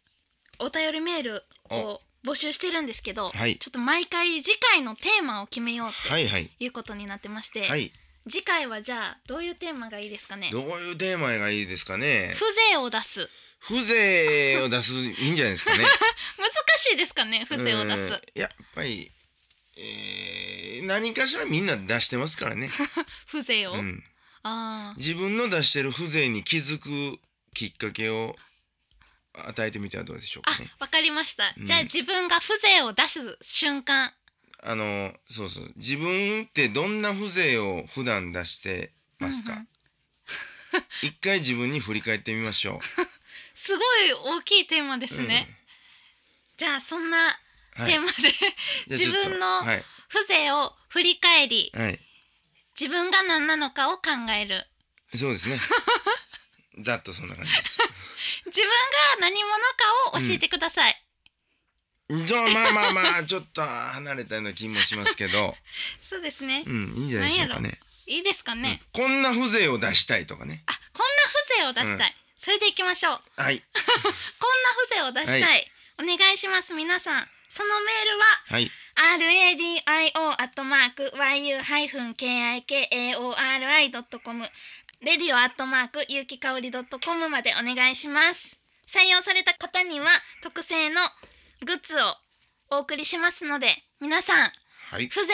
[SPEAKER 1] お便りメール
[SPEAKER 2] お
[SPEAKER 1] を募集してるんですけど、
[SPEAKER 2] はい
[SPEAKER 1] ちょっと毎回次回のテーマを決めようっ
[SPEAKER 2] はいはい
[SPEAKER 1] ていうことになってまして、
[SPEAKER 2] はい
[SPEAKER 1] 次回はじゃあどういうテーマがいいですかね。
[SPEAKER 2] どういうテーマがいいですかね
[SPEAKER 1] 風情を出す。
[SPEAKER 2] 風情を出すいいんじゃないですかね
[SPEAKER 1] 難しいですかね、 風情を出
[SPEAKER 2] うん
[SPEAKER 1] す。
[SPEAKER 2] やっぱり、えー何かしらみんな出してますからね、
[SPEAKER 1] 風情を。
[SPEAKER 2] うん、
[SPEAKER 1] ああ、
[SPEAKER 2] 自分の出してる風情に気づくきっかけを与えてみてはどうでしょうかね
[SPEAKER 1] あ、わかりました。
[SPEAKER 2] うん
[SPEAKER 1] じゃあ自分が風情を出す瞬間。
[SPEAKER 2] あのそうそう自分ってどんな風情を普段出してますか、
[SPEAKER 1] うんうん
[SPEAKER 2] 一回自分に振り返ってみましょ
[SPEAKER 1] すごい大きいテーマで
[SPEAKER 2] う
[SPEAKER 1] すね、、じゃあそんな
[SPEAKER 2] うんはい
[SPEAKER 1] テーマで、
[SPEAKER 2] じゃあちょっ
[SPEAKER 1] 自
[SPEAKER 2] と
[SPEAKER 1] 分の
[SPEAKER 2] はい
[SPEAKER 1] 風情を振り返り
[SPEAKER 2] はい
[SPEAKER 1] 自分が何なのかを考える
[SPEAKER 2] そうです ねざっとそんな感じです
[SPEAKER 1] 自分が何者かを教えてください、
[SPEAKER 2] じゃあまあまあまあちょっと離れたような気もしますけ ど
[SPEAKER 1] そうですね
[SPEAKER 2] うん、いいんじゃないでしょうかね。
[SPEAKER 1] いいですかね、
[SPEAKER 2] うんこんな風情を出したいとかね。
[SPEAKER 1] あこんな風情を出したい、それでいきましょうこん
[SPEAKER 2] はい、
[SPEAKER 1] な風情を出したい、お願いします皆さんそのメールは
[SPEAKER 2] はい、
[SPEAKER 1] radio.yu-kikaori.com レディオアットマーク有機香り .com までお願いします採用された方には特製のグッズをお送りしますので皆さん
[SPEAKER 2] はい、
[SPEAKER 1] 風情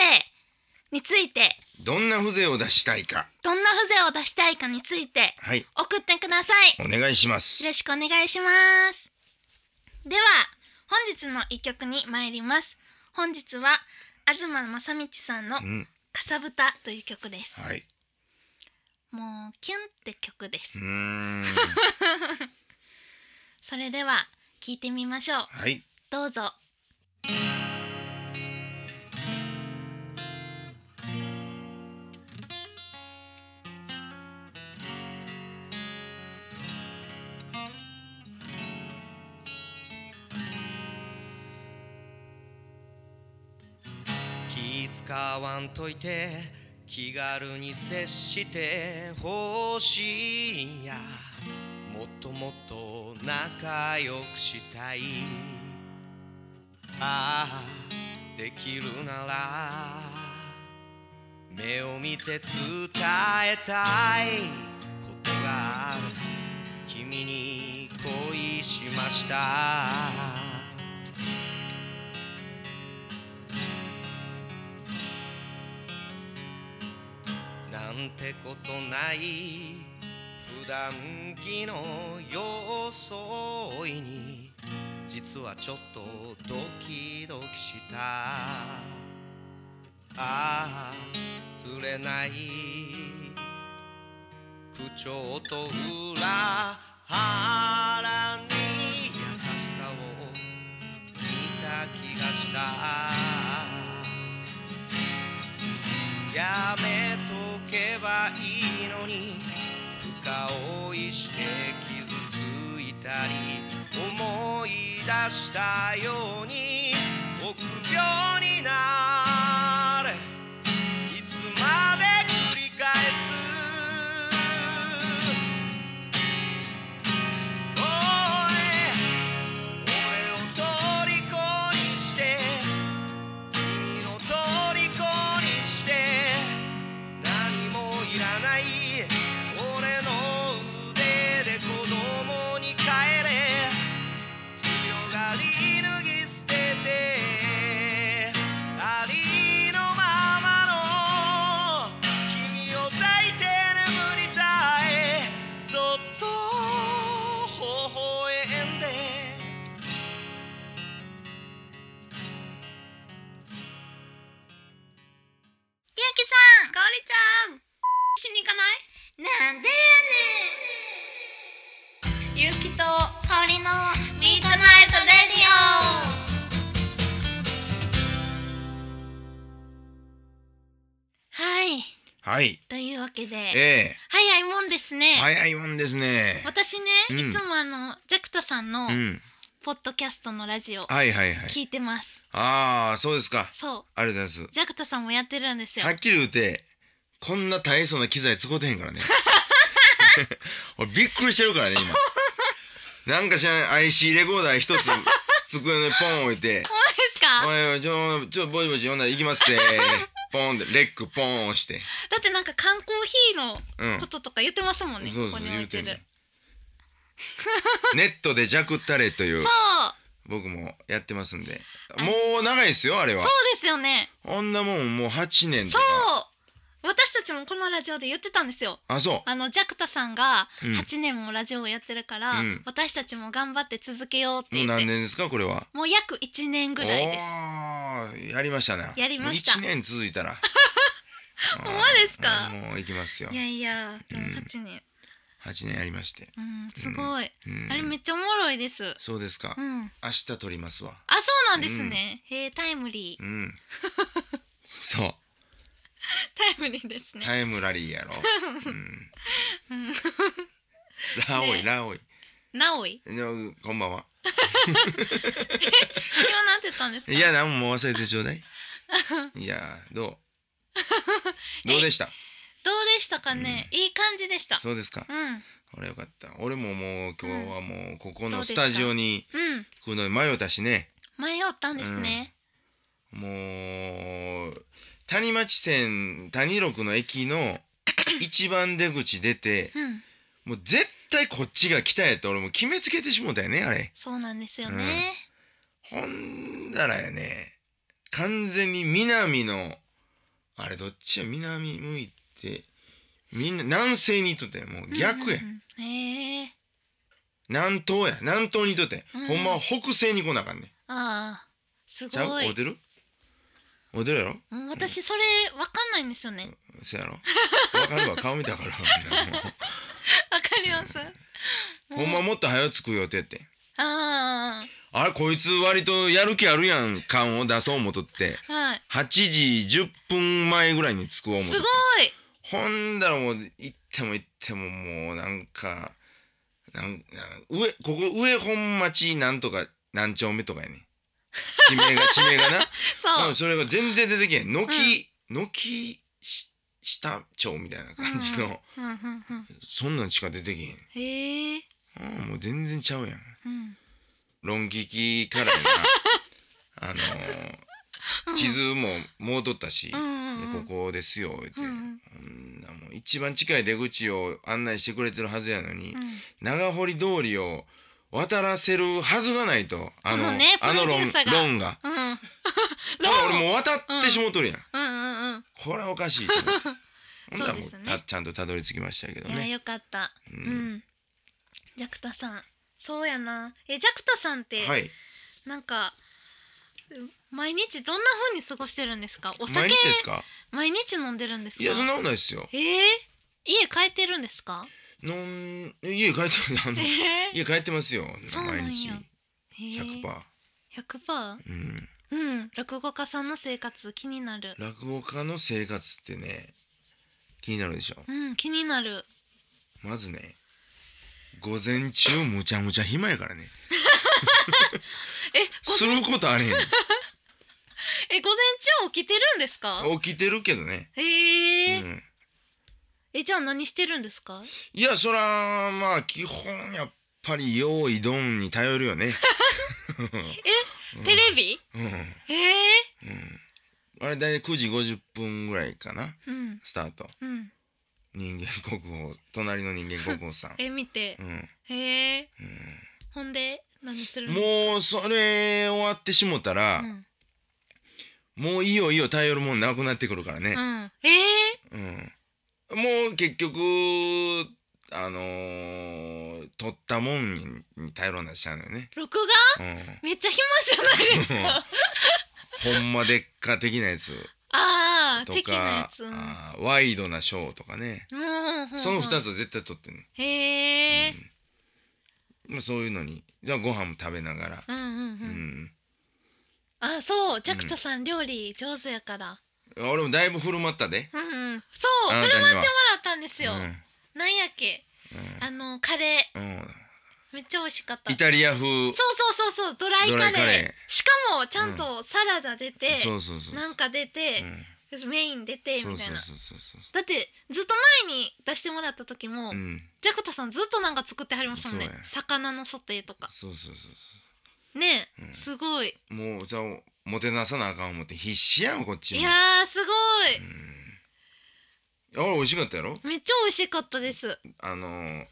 [SPEAKER 1] について
[SPEAKER 2] どんな風情を出したいか。
[SPEAKER 1] どんな風情を出したいかについて
[SPEAKER 2] はい、
[SPEAKER 1] 送ってください
[SPEAKER 2] お願いします
[SPEAKER 1] よ。ろしくお願いします。では、本日の一曲に参ります。本日は東正道さんの
[SPEAKER 2] うん、
[SPEAKER 1] かさぶたという曲です。
[SPEAKER 2] はい、
[SPEAKER 1] もうキュンって曲で
[SPEAKER 2] う
[SPEAKER 1] す
[SPEAKER 2] ー。 ん、
[SPEAKER 1] それでは聞いてみましょう。
[SPEAKER 2] はい、
[SPEAKER 1] どうぞ。
[SPEAKER 3] 気使わんといて気軽に接してほしいんやもっともっと仲良くしたいああできるなら目を見て伝えたいことがある君に恋しましたなんてことない普段着の装いに実はちょっとドキドキしたああ釣れない口調と裏腹に優しさを見た気がしたやめとけばいいのに深追いして傷ついたり思い出したように臆病になるいつまで繰り返すおい俺を虜にして君を虜にして何もいらない俺の腕で子供に帰れ強がり脱ぎ捨ててありのままの君を抱いて眠りたいそっと微笑んで
[SPEAKER 1] ゆうきさんかおりちゃんしに行かないなんでやねんゆうきとかおりのミートナイトレディオはい
[SPEAKER 2] はい。
[SPEAKER 1] というわけで
[SPEAKER 2] え
[SPEAKER 1] 早いもんですね、
[SPEAKER 2] え早いもんですね。
[SPEAKER 1] 私ね、
[SPEAKER 2] うん
[SPEAKER 1] いつもあのジャクタさんの
[SPEAKER 2] うん。
[SPEAKER 1] ポッドキャストのラジオ
[SPEAKER 2] はいはいはい。
[SPEAKER 1] 聞いてます、
[SPEAKER 2] ああ、そうですか。
[SPEAKER 1] そ
[SPEAKER 2] ありがとうございう
[SPEAKER 1] ジャクタさんもやってるんです
[SPEAKER 2] ま
[SPEAKER 1] よ、
[SPEAKER 2] す。はっきり言うて、こんな大層な機材使うてへん からね。俺びっくりしてるからね、今。なんか知らない IC レコーダー一つ机の上にポン置いて、
[SPEAKER 1] 本当ですか
[SPEAKER 2] おいおい、ちょ、ちょ、ぼちぼち読んだら行きますって。ポンって、レックポン押して。
[SPEAKER 1] だってなんか缶コーヒーの
[SPEAKER 2] うん
[SPEAKER 1] こ。ととか言ってますもんね。
[SPEAKER 2] そう
[SPEAKER 1] こ
[SPEAKER 2] そう
[SPEAKER 1] こに置
[SPEAKER 2] 言
[SPEAKER 1] いうて
[SPEAKER 2] て
[SPEAKER 1] る
[SPEAKER 2] んねん。ネットでジャクタレとい
[SPEAKER 1] そうう、
[SPEAKER 2] 僕もやってますんで
[SPEAKER 1] あ
[SPEAKER 2] もう長いですよあれ
[SPEAKER 1] そう
[SPEAKER 2] は
[SPEAKER 1] ですよね。
[SPEAKER 2] あんなもんもう8年
[SPEAKER 1] そ
[SPEAKER 2] とか
[SPEAKER 1] う、私たちもこのラジオで言ってたんですよ。
[SPEAKER 2] あそ
[SPEAKER 1] あのジャクタさんが
[SPEAKER 2] う、うん、
[SPEAKER 1] 8年もラジオをやってるから、
[SPEAKER 2] うん
[SPEAKER 1] 私たちも頑張って続けようって
[SPEAKER 2] も
[SPEAKER 1] 言っ
[SPEAKER 2] う
[SPEAKER 1] て、
[SPEAKER 2] 何
[SPEAKER 1] も
[SPEAKER 2] 年ですかこれは
[SPEAKER 1] う約1年ぐらいです。
[SPEAKER 2] おーやりましたね
[SPEAKER 1] やりました
[SPEAKER 2] 1年続いたら
[SPEAKER 1] ほんまですか
[SPEAKER 2] あーもう行きますよ
[SPEAKER 1] いやいや、でも
[SPEAKER 2] うん
[SPEAKER 1] 8年、
[SPEAKER 2] 8年やりまして、
[SPEAKER 1] うん、すごい、
[SPEAKER 2] うん、
[SPEAKER 1] あれめっちゃおもろいです。うん、
[SPEAKER 2] そうです
[SPEAKER 1] あ、
[SPEAKER 2] か、明日撮りますわ
[SPEAKER 1] そうなんですね。へえ、タイムリー
[SPEAKER 2] う、んそう
[SPEAKER 1] タイムリーですね。
[SPEAKER 2] タイムラリーやろ、うん、
[SPEAKER 1] うん
[SPEAKER 2] ラオイ、
[SPEAKER 1] ね
[SPEAKER 2] ラオイ
[SPEAKER 1] なおい、
[SPEAKER 2] でもこんばんは
[SPEAKER 1] 今なんて言ったんですか。
[SPEAKER 2] いや、なんも忘れてちょ うだい。いや、どう。どうでした。
[SPEAKER 1] どうでしたかね、いい感じでした。
[SPEAKER 2] そうですか
[SPEAKER 1] う。ん、
[SPEAKER 2] 俺よかった。俺ももう、今日はもう、ここ
[SPEAKER 1] どう
[SPEAKER 2] の
[SPEAKER 1] でし
[SPEAKER 2] ス
[SPEAKER 1] た
[SPEAKER 2] タジオに
[SPEAKER 1] うん、
[SPEAKER 2] 来るのに迷ったしね。
[SPEAKER 1] 迷ったんですね。
[SPEAKER 2] もう。谷町線、谷六の駅の。一番出口出て、
[SPEAKER 1] うん、
[SPEAKER 2] もう絶対こっちが来たやと、俺もう決めつけてしもうたよね、あれ。
[SPEAKER 1] そうなんですよね。
[SPEAKER 2] ほんだらやね。完全に南の。あれ、どっちや、南向いて。みんな南西に行っとったよもう逆や、
[SPEAKER 1] うんうんうん。へえ
[SPEAKER 2] 南東や南東にとって、
[SPEAKER 1] うん
[SPEAKER 2] ほんまは北西に来なあかんねん
[SPEAKER 1] ああ、す
[SPEAKER 2] ちゃう
[SPEAKER 1] ご
[SPEAKER 2] 合
[SPEAKER 1] い。
[SPEAKER 2] うてる合うてるやろ
[SPEAKER 1] もう私それわかんないんですよね。
[SPEAKER 2] そやろわかるわ顔見たから
[SPEAKER 1] わかります。
[SPEAKER 2] ほんま
[SPEAKER 1] もう
[SPEAKER 2] もっと早く着く予定って
[SPEAKER 1] あ
[SPEAKER 2] あれこいつ割とやる気あるやん感を出そう思っとって
[SPEAKER 1] あ、はい。
[SPEAKER 2] 8時10分前ぐらいに着く思っ
[SPEAKER 1] す
[SPEAKER 2] とっ
[SPEAKER 1] ご
[SPEAKER 2] て
[SPEAKER 1] い。
[SPEAKER 2] ほんだらもう行っても行ってももうなんかなんなん上ここ上本町なんとか何丁目とかやねん地 名が地名がな
[SPEAKER 1] そう。
[SPEAKER 2] うん、それが全然出てけへん軒軒、し下町みたいな感じの、
[SPEAKER 1] うんうんうん。
[SPEAKER 2] そんなんしか出てけへん
[SPEAKER 1] へえ。
[SPEAKER 2] ああもう全然ちゃうやん
[SPEAKER 1] うん。
[SPEAKER 2] 論議機からやな あのー
[SPEAKER 1] うん
[SPEAKER 2] 地。図ももうとったし、
[SPEAKER 1] うんうんう
[SPEAKER 2] で
[SPEAKER 1] ん。
[SPEAKER 2] ここですよ言って、
[SPEAKER 1] うん
[SPEAKER 2] ほ
[SPEAKER 1] うん
[SPEAKER 2] んなもう一番近い出口を案内してくれてるはずやのに、
[SPEAKER 1] うん
[SPEAKER 2] 長堀通りを渡らせるはずがないとあの
[SPEAKER 1] あのね
[SPEAKER 2] あの
[SPEAKER 1] プロデュ
[SPEAKER 2] 論
[SPEAKER 1] ーサーが
[SPEAKER 2] 論が
[SPEAKER 1] うん。ロ
[SPEAKER 2] 俺
[SPEAKER 1] ン。
[SPEAKER 2] もう渡ってしもうとるやん、
[SPEAKER 1] うんうんうん。
[SPEAKER 2] これはおかしいと思ってほんなら も
[SPEAKER 1] そううですね
[SPEAKER 2] たちゃんとたどり着きましたけど
[SPEAKER 1] いや
[SPEAKER 2] ね
[SPEAKER 1] よかった。
[SPEAKER 2] う
[SPEAKER 1] うんん。ジャクタさん。そうやな。え、ジャクタさんって。
[SPEAKER 2] はい
[SPEAKER 1] なんか毎日どんな風に過ごしてるんですかお酒
[SPEAKER 2] 毎日ですか
[SPEAKER 1] 毎日飲んでるんですか
[SPEAKER 2] いやそんなことないですよ
[SPEAKER 1] えー、家帰ってるんですか
[SPEAKER 2] 飲ん家帰ってるあの
[SPEAKER 1] えー、
[SPEAKER 2] 家帰ってますよ
[SPEAKER 1] そうなんや
[SPEAKER 2] 毎日
[SPEAKER 1] 100%、
[SPEAKER 2] 100%、
[SPEAKER 1] 100%
[SPEAKER 2] うん、
[SPEAKER 1] うん落語家さんの生活気になる
[SPEAKER 2] 落語家の生活ってね気になるでしょ
[SPEAKER 1] うん気になる
[SPEAKER 2] まずね午前中むちゃむちゃ暇やからね
[SPEAKER 1] えご
[SPEAKER 2] することあれへ ん
[SPEAKER 1] え午前中起きてるんですか
[SPEAKER 2] 起きてるけどね、
[SPEAKER 1] え
[SPEAKER 2] う
[SPEAKER 1] ー
[SPEAKER 2] ん、
[SPEAKER 1] えじゃあ何してるんですか
[SPEAKER 2] いやそらまあ基本やっぱり用意どんに頼る よねえ
[SPEAKER 1] テレビ
[SPEAKER 2] うん、うん
[SPEAKER 1] えー、
[SPEAKER 2] あれ大体9時50分ぐらいかな
[SPEAKER 1] うん
[SPEAKER 2] スタート
[SPEAKER 1] うん
[SPEAKER 2] 人間国宝隣の人間国宝さん
[SPEAKER 1] え見て
[SPEAKER 2] うん、
[SPEAKER 1] へえ
[SPEAKER 2] う
[SPEAKER 1] ほんで何する
[SPEAKER 2] ん、
[SPEAKER 1] の
[SPEAKER 2] もうそれ終わってしもたら、
[SPEAKER 1] うん、
[SPEAKER 2] もういいよいいよ頼るもんなくなってくるからね、
[SPEAKER 1] うん、えー、
[SPEAKER 2] うん、もう結局あのー、取ったもんにに頼らなしちゃうのよね、
[SPEAKER 1] 録画
[SPEAKER 2] うん、
[SPEAKER 1] めっちゃ暇じゃないですか
[SPEAKER 2] ほんまでっか的なやつ
[SPEAKER 1] ああ
[SPEAKER 2] と
[SPEAKER 1] 的なや
[SPEAKER 2] か
[SPEAKER 1] つうん
[SPEAKER 2] あーワイドなショーとかね、
[SPEAKER 1] うんうんうん
[SPEAKER 2] その2つは絶対取ってんの、
[SPEAKER 1] へえ
[SPEAKER 2] うんまあ、そういうのにじゃあご飯も食べながら、
[SPEAKER 1] うんうんう
[SPEAKER 2] う
[SPEAKER 1] ん
[SPEAKER 2] ん
[SPEAKER 1] あそうジャクタさん料理上手やから
[SPEAKER 2] 俺もだいぶ振る舞ったで
[SPEAKER 1] うんうんそう
[SPEAKER 2] あ
[SPEAKER 1] 振
[SPEAKER 2] な
[SPEAKER 1] る舞って
[SPEAKER 2] たには
[SPEAKER 1] もらったんですよ
[SPEAKER 2] うん
[SPEAKER 1] なんやっけ
[SPEAKER 2] うん
[SPEAKER 1] あのカレ
[SPEAKER 2] うん
[SPEAKER 1] ーめっちゃ美味しかった
[SPEAKER 2] イタリア風
[SPEAKER 1] そうそうそうそうドライカレー
[SPEAKER 2] ドライカレ
[SPEAKER 1] しかもちゃんとサラダ出て、
[SPEAKER 2] そうそうそう
[SPEAKER 1] なんか出て
[SPEAKER 2] う、ん
[SPEAKER 1] メイン出てみたい
[SPEAKER 2] そう
[SPEAKER 1] な
[SPEAKER 2] そうそうそうそ
[SPEAKER 1] だってずっと前に出してもらった時も、
[SPEAKER 2] ううん
[SPEAKER 1] ジャクタさんずっとなんか作ってはりましたもんね
[SPEAKER 2] そうや
[SPEAKER 1] 魚のソテーとか
[SPEAKER 2] そうそうそうそう
[SPEAKER 1] ねえ、
[SPEAKER 2] うん
[SPEAKER 1] すごい
[SPEAKER 2] もうじゃあもてなさなあかん思って必死やんこっちも
[SPEAKER 1] いやーすごい、
[SPEAKER 2] うん、あれ美味しかったやろ
[SPEAKER 1] めっちゃ美味しかったです
[SPEAKER 2] あのー、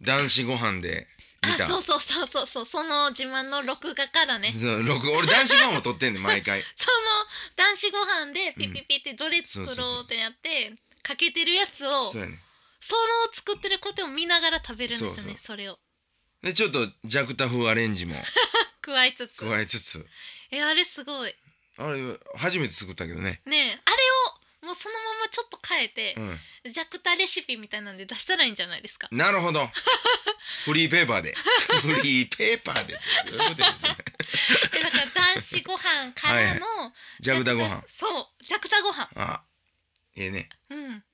[SPEAKER 2] 男子ご飯で見
[SPEAKER 1] あ
[SPEAKER 2] た
[SPEAKER 1] そうそうそうそうそうその自慢の録画からね
[SPEAKER 2] そう録俺男子ご飯も撮って んねん毎回
[SPEAKER 1] その男子ご飯でピッピッピってどれ作
[SPEAKER 2] そうそう
[SPEAKER 1] ろ
[SPEAKER 2] そうう
[SPEAKER 1] ってやってかけてるやつを
[SPEAKER 2] そうやねん
[SPEAKER 1] その作ってることを見ながら食べるんですよね
[SPEAKER 2] そ
[SPEAKER 1] そう
[SPEAKER 2] そう
[SPEAKER 1] れを
[SPEAKER 2] でちょっとジャクタ風アレンジも
[SPEAKER 1] 加えつつ
[SPEAKER 2] 加えつつ
[SPEAKER 1] えあれすごい
[SPEAKER 2] あれ初めて作ったけどね
[SPEAKER 1] ねえあれをもうそのままちょっと変えて
[SPEAKER 2] う、
[SPEAKER 1] ジャクタレシピみたいなんで出したらいいんじゃないですか
[SPEAKER 2] んなるほどフリーペー パーでフリーペーパーでってどういうことやねんそれ
[SPEAKER 1] えだから男子ご飯からの
[SPEAKER 2] ジャクタご飯
[SPEAKER 1] そうジャクタご飯
[SPEAKER 2] あええね
[SPEAKER 1] うん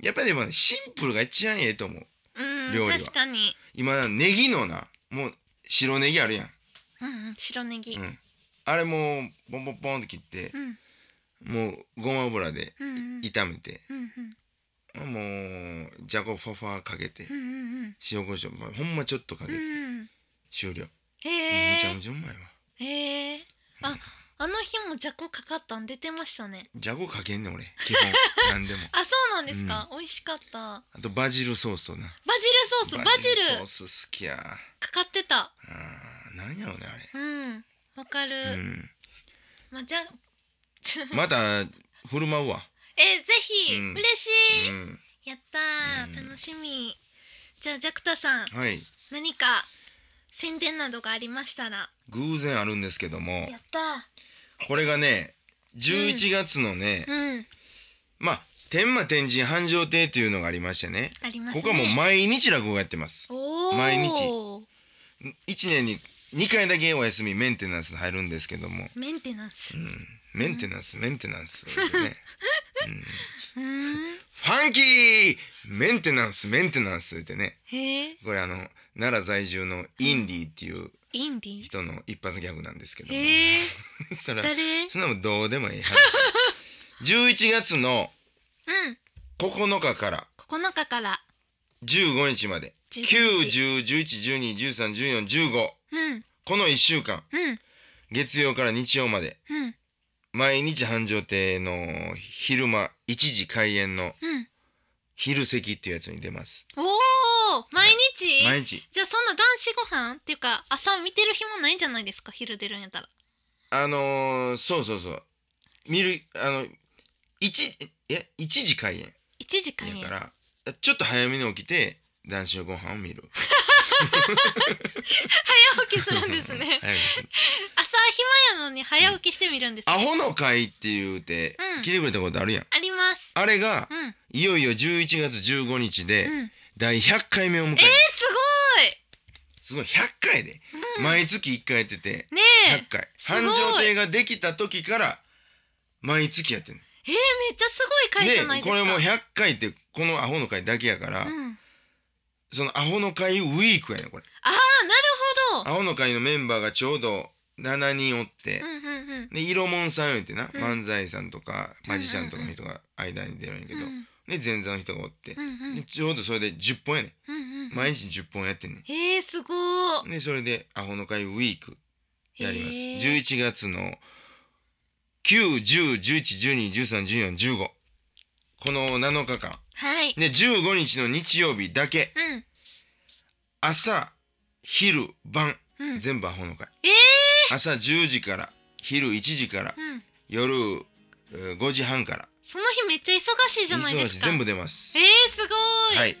[SPEAKER 2] やっぱりでもねシンプルが一番ええと思う料
[SPEAKER 1] う
[SPEAKER 2] 理
[SPEAKER 1] ん
[SPEAKER 2] は
[SPEAKER 1] 確かに、
[SPEAKER 2] 今ネギのなもう白ネギあるやん、
[SPEAKER 1] うんうん、白ネギ、う
[SPEAKER 2] うんん、あれもうポンポンポンって切って
[SPEAKER 1] う、ん
[SPEAKER 2] もうごま油で
[SPEAKER 1] うんうん
[SPEAKER 2] 炒めて、
[SPEAKER 1] うんうん
[SPEAKER 2] もうじゃこファファかけて、
[SPEAKER 1] うんうん
[SPEAKER 2] 塩コショウまあほんまちょっとかけ
[SPEAKER 1] う
[SPEAKER 2] て、
[SPEAKER 1] ん
[SPEAKER 2] 終了、
[SPEAKER 1] へ
[SPEAKER 2] むちゃ
[SPEAKER 1] え
[SPEAKER 2] むちゃうまいわ
[SPEAKER 1] へえああの日もじゃこかかったん出てましたね
[SPEAKER 2] じゃこかけんねん俺基 本何でも
[SPEAKER 1] あそうなんですか、美味しかったバ
[SPEAKER 2] あとバジルソースとな
[SPEAKER 1] ジルソースバジル
[SPEAKER 2] ソース好きや
[SPEAKER 1] かかってた
[SPEAKER 2] あーなんやろうねあ
[SPEAKER 1] うんわかる、
[SPEAKER 2] れ、うん、
[SPEAKER 1] まあじゃちょ
[SPEAKER 2] また振る舞うわ、
[SPEAKER 1] えぜひ、
[SPEAKER 2] うん
[SPEAKER 1] 嬉しい、
[SPEAKER 2] うん、
[SPEAKER 1] やったー、
[SPEAKER 2] うん
[SPEAKER 1] 楽しみじゃあジャクタさん
[SPEAKER 2] はい
[SPEAKER 1] 何か宣伝などがありましたら
[SPEAKER 2] 偶然あるんですけども
[SPEAKER 1] やった
[SPEAKER 2] これがね11月のね、
[SPEAKER 1] ーうん
[SPEAKER 2] まあ天満天神繁盛亭というのがありましてね
[SPEAKER 1] ありますね
[SPEAKER 2] ここはもう毎日落語やってます
[SPEAKER 1] おー
[SPEAKER 2] 毎日1年に2回だけお休みメンテナンス入るんですけども、
[SPEAKER 1] メンテナンス
[SPEAKER 2] うん、メンテナンスメンテナンスで ね、うん、
[SPEAKER 1] うーん
[SPEAKER 2] ファンキーメンテナンスメンテナンスってね
[SPEAKER 1] へえ
[SPEAKER 2] これあの奈良在住のインディーっていう
[SPEAKER 1] インディ
[SPEAKER 2] 人の一発ギャグなんですけども、
[SPEAKER 1] へえ
[SPEAKER 2] それは
[SPEAKER 1] 誰うん
[SPEAKER 2] そんなもんどうでもいい 話11月の9日から
[SPEAKER 1] 9日から
[SPEAKER 2] 15日まで
[SPEAKER 1] 15日
[SPEAKER 2] 9101112131415
[SPEAKER 1] うん
[SPEAKER 2] この1週間
[SPEAKER 1] うん
[SPEAKER 2] 月曜から日曜まで
[SPEAKER 1] うん
[SPEAKER 2] 毎日繁盛亭の昼間1時開演の
[SPEAKER 1] うん
[SPEAKER 2] 昼席っていうやつに出ます
[SPEAKER 1] おお毎日、
[SPEAKER 2] 毎日
[SPEAKER 1] じゃあそんな男子ご飯っていうか朝見てる暇ないんじゃないですか昼出るんやったら
[SPEAKER 2] あのー、そうそうそう見るあの一え1時開演
[SPEAKER 1] 1時間
[SPEAKER 2] や
[SPEAKER 1] や
[SPEAKER 2] からちょっと早めに起きて男子のご飯を見る
[SPEAKER 1] 早起きするんですね
[SPEAKER 2] 早起きする
[SPEAKER 1] 朝暇やのに早起きしてみるんですね、
[SPEAKER 2] アホの会って言うて
[SPEAKER 1] うん
[SPEAKER 2] 来てくれたことあるやん、
[SPEAKER 1] あります
[SPEAKER 2] あれが
[SPEAKER 1] うんうん
[SPEAKER 2] いよいよ11月15日
[SPEAKER 1] え
[SPEAKER 2] で
[SPEAKER 1] ー、
[SPEAKER 2] 第100回目を迎える、
[SPEAKER 1] す
[SPEAKER 2] すごい100回やで、
[SPEAKER 1] ごい、うん、
[SPEAKER 2] 毎月1回やってて
[SPEAKER 1] ね
[SPEAKER 2] 100回
[SPEAKER 1] すごい
[SPEAKER 2] 繁盛亭ができた時から毎月やってんの
[SPEAKER 1] ええー、めっちゃすごい会じゃないで
[SPEAKER 2] で
[SPEAKER 1] す
[SPEAKER 2] こ
[SPEAKER 1] か
[SPEAKER 2] れもう100回ってこのアホの会だけやから、
[SPEAKER 1] うん、
[SPEAKER 2] そのアホの会ウィークやねんこれ
[SPEAKER 1] ああなるほど
[SPEAKER 2] アホの会のメンバーがちょうど7人おって
[SPEAKER 1] う、んうんうん
[SPEAKER 2] で色もんさん言ってな、
[SPEAKER 1] うん
[SPEAKER 2] 漫才さんとかマジシャンとかの人が間に出るんやけど、
[SPEAKER 1] うん
[SPEAKER 2] で前座の人がおって
[SPEAKER 1] う、んうん
[SPEAKER 2] でちょうどそれで10本やね
[SPEAKER 1] うんうん
[SPEAKER 2] ん毎日10本やってんね
[SPEAKER 1] えー、すご
[SPEAKER 2] んでそれでアホの会ウィーク
[SPEAKER 1] い
[SPEAKER 2] やります、
[SPEAKER 1] えー
[SPEAKER 2] 11月の9101112131415この7日間
[SPEAKER 1] はい
[SPEAKER 2] で15日の日曜日だけ
[SPEAKER 1] うん
[SPEAKER 2] 朝昼晩
[SPEAKER 1] うん
[SPEAKER 2] 全部アホの会、
[SPEAKER 1] え
[SPEAKER 2] 朝10時から昼1時から
[SPEAKER 1] うん
[SPEAKER 2] 夜えー5時半から
[SPEAKER 1] その日めっちゃ忙しいじゃないですか
[SPEAKER 2] 全部出ます
[SPEAKER 1] えー、すごい、
[SPEAKER 2] はい、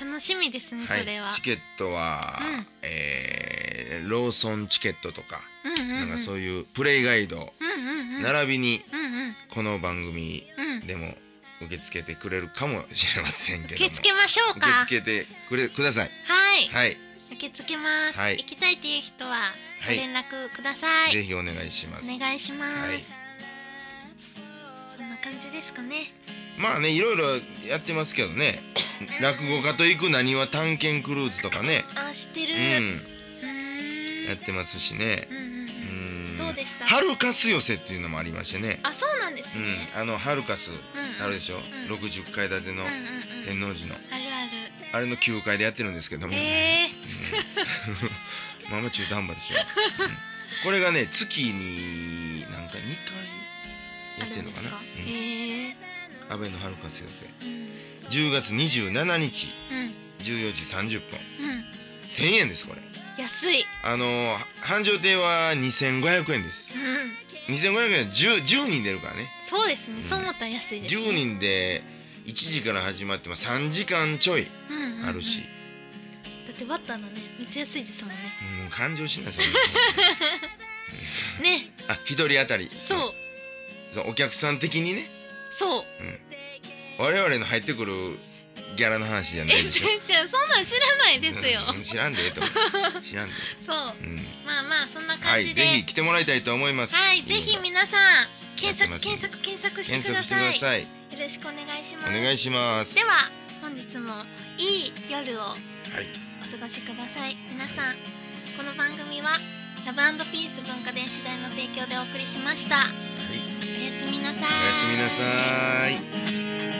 [SPEAKER 1] 楽しみですね、
[SPEAKER 2] はい
[SPEAKER 1] それは、
[SPEAKER 2] チケットは、
[SPEAKER 1] うん
[SPEAKER 2] えーローソンチケットとか、
[SPEAKER 1] うんうんうん、
[SPEAKER 2] なんかそういうプレイガイド、
[SPEAKER 1] うんうんうん
[SPEAKER 2] 並びに
[SPEAKER 1] うんうん
[SPEAKER 2] この番組
[SPEAKER 1] うん
[SPEAKER 2] でも受け付けてくれるかもしれませんけ
[SPEAKER 1] 受
[SPEAKER 2] ども
[SPEAKER 1] け付けましょうか
[SPEAKER 2] 受け付けてくれください
[SPEAKER 1] はい、
[SPEAKER 2] はい、
[SPEAKER 1] 受け付けます、
[SPEAKER 2] はい
[SPEAKER 1] 行きたいっていう人は
[SPEAKER 2] は
[SPEAKER 1] ご
[SPEAKER 2] い
[SPEAKER 1] 連絡ください、
[SPEAKER 2] ぜひお願いします
[SPEAKER 1] お願いします、
[SPEAKER 2] はい
[SPEAKER 1] そんな感じですかね
[SPEAKER 2] まあねいろいろやってますけどね落語家と行くなにわ探検クルーズとかね
[SPEAKER 1] あ知って
[SPEAKER 2] う
[SPEAKER 1] る
[SPEAKER 2] ん
[SPEAKER 1] うーん
[SPEAKER 2] やってますしね
[SPEAKER 1] うんうん
[SPEAKER 2] う
[SPEAKER 1] うん
[SPEAKER 2] ん
[SPEAKER 1] どうでした
[SPEAKER 2] ハルカス寄せっていうのもありましてね
[SPEAKER 1] あそうなんです
[SPEAKER 2] うん
[SPEAKER 1] ね、
[SPEAKER 2] あのハルカス
[SPEAKER 1] うんうん、
[SPEAKER 2] あるでしょ、60階建ての
[SPEAKER 1] うんうんうん
[SPEAKER 2] 天王寺の
[SPEAKER 1] あるあ
[SPEAKER 2] あれの9階でやってるんですけども、
[SPEAKER 1] るえ
[SPEAKER 2] うん まあまあ中途半端ですよ、うんこれがね月に何回2
[SPEAKER 1] ー、あ
[SPEAKER 2] 回やって
[SPEAKER 1] る
[SPEAKER 2] ん
[SPEAKER 1] ん
[SPEAKER 2] の
[SPEAKER 1] で
[SPEAKER 2] か
[SPEAKER 1] す
[SPEAKER 2] な
[SPEAKER 1] かえ
[SPEAKER 2] うん、安倍のハルカス寄せ
[SPEAKER 1] ー、うん
[SPEAKER 2] 10月27日
[SPEAKER 1] うん
[SPEAKER 2] 14時30分
[SPEAKER 1] うん
[SPEAKER 2] 1000円ですこれ
[SPEAKER 1] 安い
[SPEAKER 2] あのー繁盛亭は2500円です
[SPEAKER 1] うん
[SPEAKER 2] 2500円は 10, 10人出るからね
[SPEAKER 1] そうですね、
[SPEAKER 2] うん
[SPEAKER 1] そう思ったら安いです、ね、
[SPEAKER 2] 10人で1時から始まってまあ3時間ちょい
[SPEAKER 1] うんうんうん
[SPEAKER 2] あるし、
[SPEAKER 1] だってバッターのねめっちゃ安いですもんね
[SPEAKER 2] もう感情しないですよ
[SPEAKER 1] ね
[SPEAKER 2] あ一人当たり
[SPEAKER 1] そう
[SPEAKER 2] そうお客さん的にね
[SPEAKER 1] そう
[SPEAKER 2] 我々の入ってくるギャラの話じゃない
[SPEAKER 1] え
[SPEAKER 2] で
[SPEAKER 1] せ
[SPEAKER 2] しょ
[SPEAKER 1] んちゃんそんなん知らないですよ
[SPEAKER 2] うん知らんでえ えと思う知らんで、
[SPEAKER 1] そう
[SPEAKER 2] うん、
[SPEAKER 1] まあまあそんな
[SPEAKER 2] は
[SPEAKER 1] 感
[SPEAKER 2] い
[SPEAKER 1] じ
[SPEAKER 2] ぜ
[SPEAKER 1] で
[SPEAKER 2] ひ来てもらいたいと思います
[SPEAKER 1] はいぜひ皆さん検
[SPEAKER 2] や
[SPEAKER 1] 索
[SPEAKER 2] って
[SPEAKER 1] 検
[SPEAKER 2] ます
[SPEAKER 1] 索検索して
[SPEAKER 2] 検
[SPEAKER 1] くだ
[SPEAKER 2] 索して
[SPEAKER 1] さ
[SPEAKER 2] く
[SPEAKER 1] い
[SPEAKER 2] ださい
[SPEAKER 1] よろしくお願いしま
[SPEAKER 2] お
[SPEAKER 1] す
[SPEAKER 2] 願いします
[SPEAKER 1] では本日もいい夜を
[SPEAKER 2] はい
[SPEAKER 1] お過ごしください皆さんこの番組はラブピース文化電子代の提供でお送りしました
[SPEAKER 2] はい
[SPEAKER 1] おやすみなさい
[SPEAKER 2] おやすみなさ
[SPEAKER 1] 「
[SPEAKER 2] い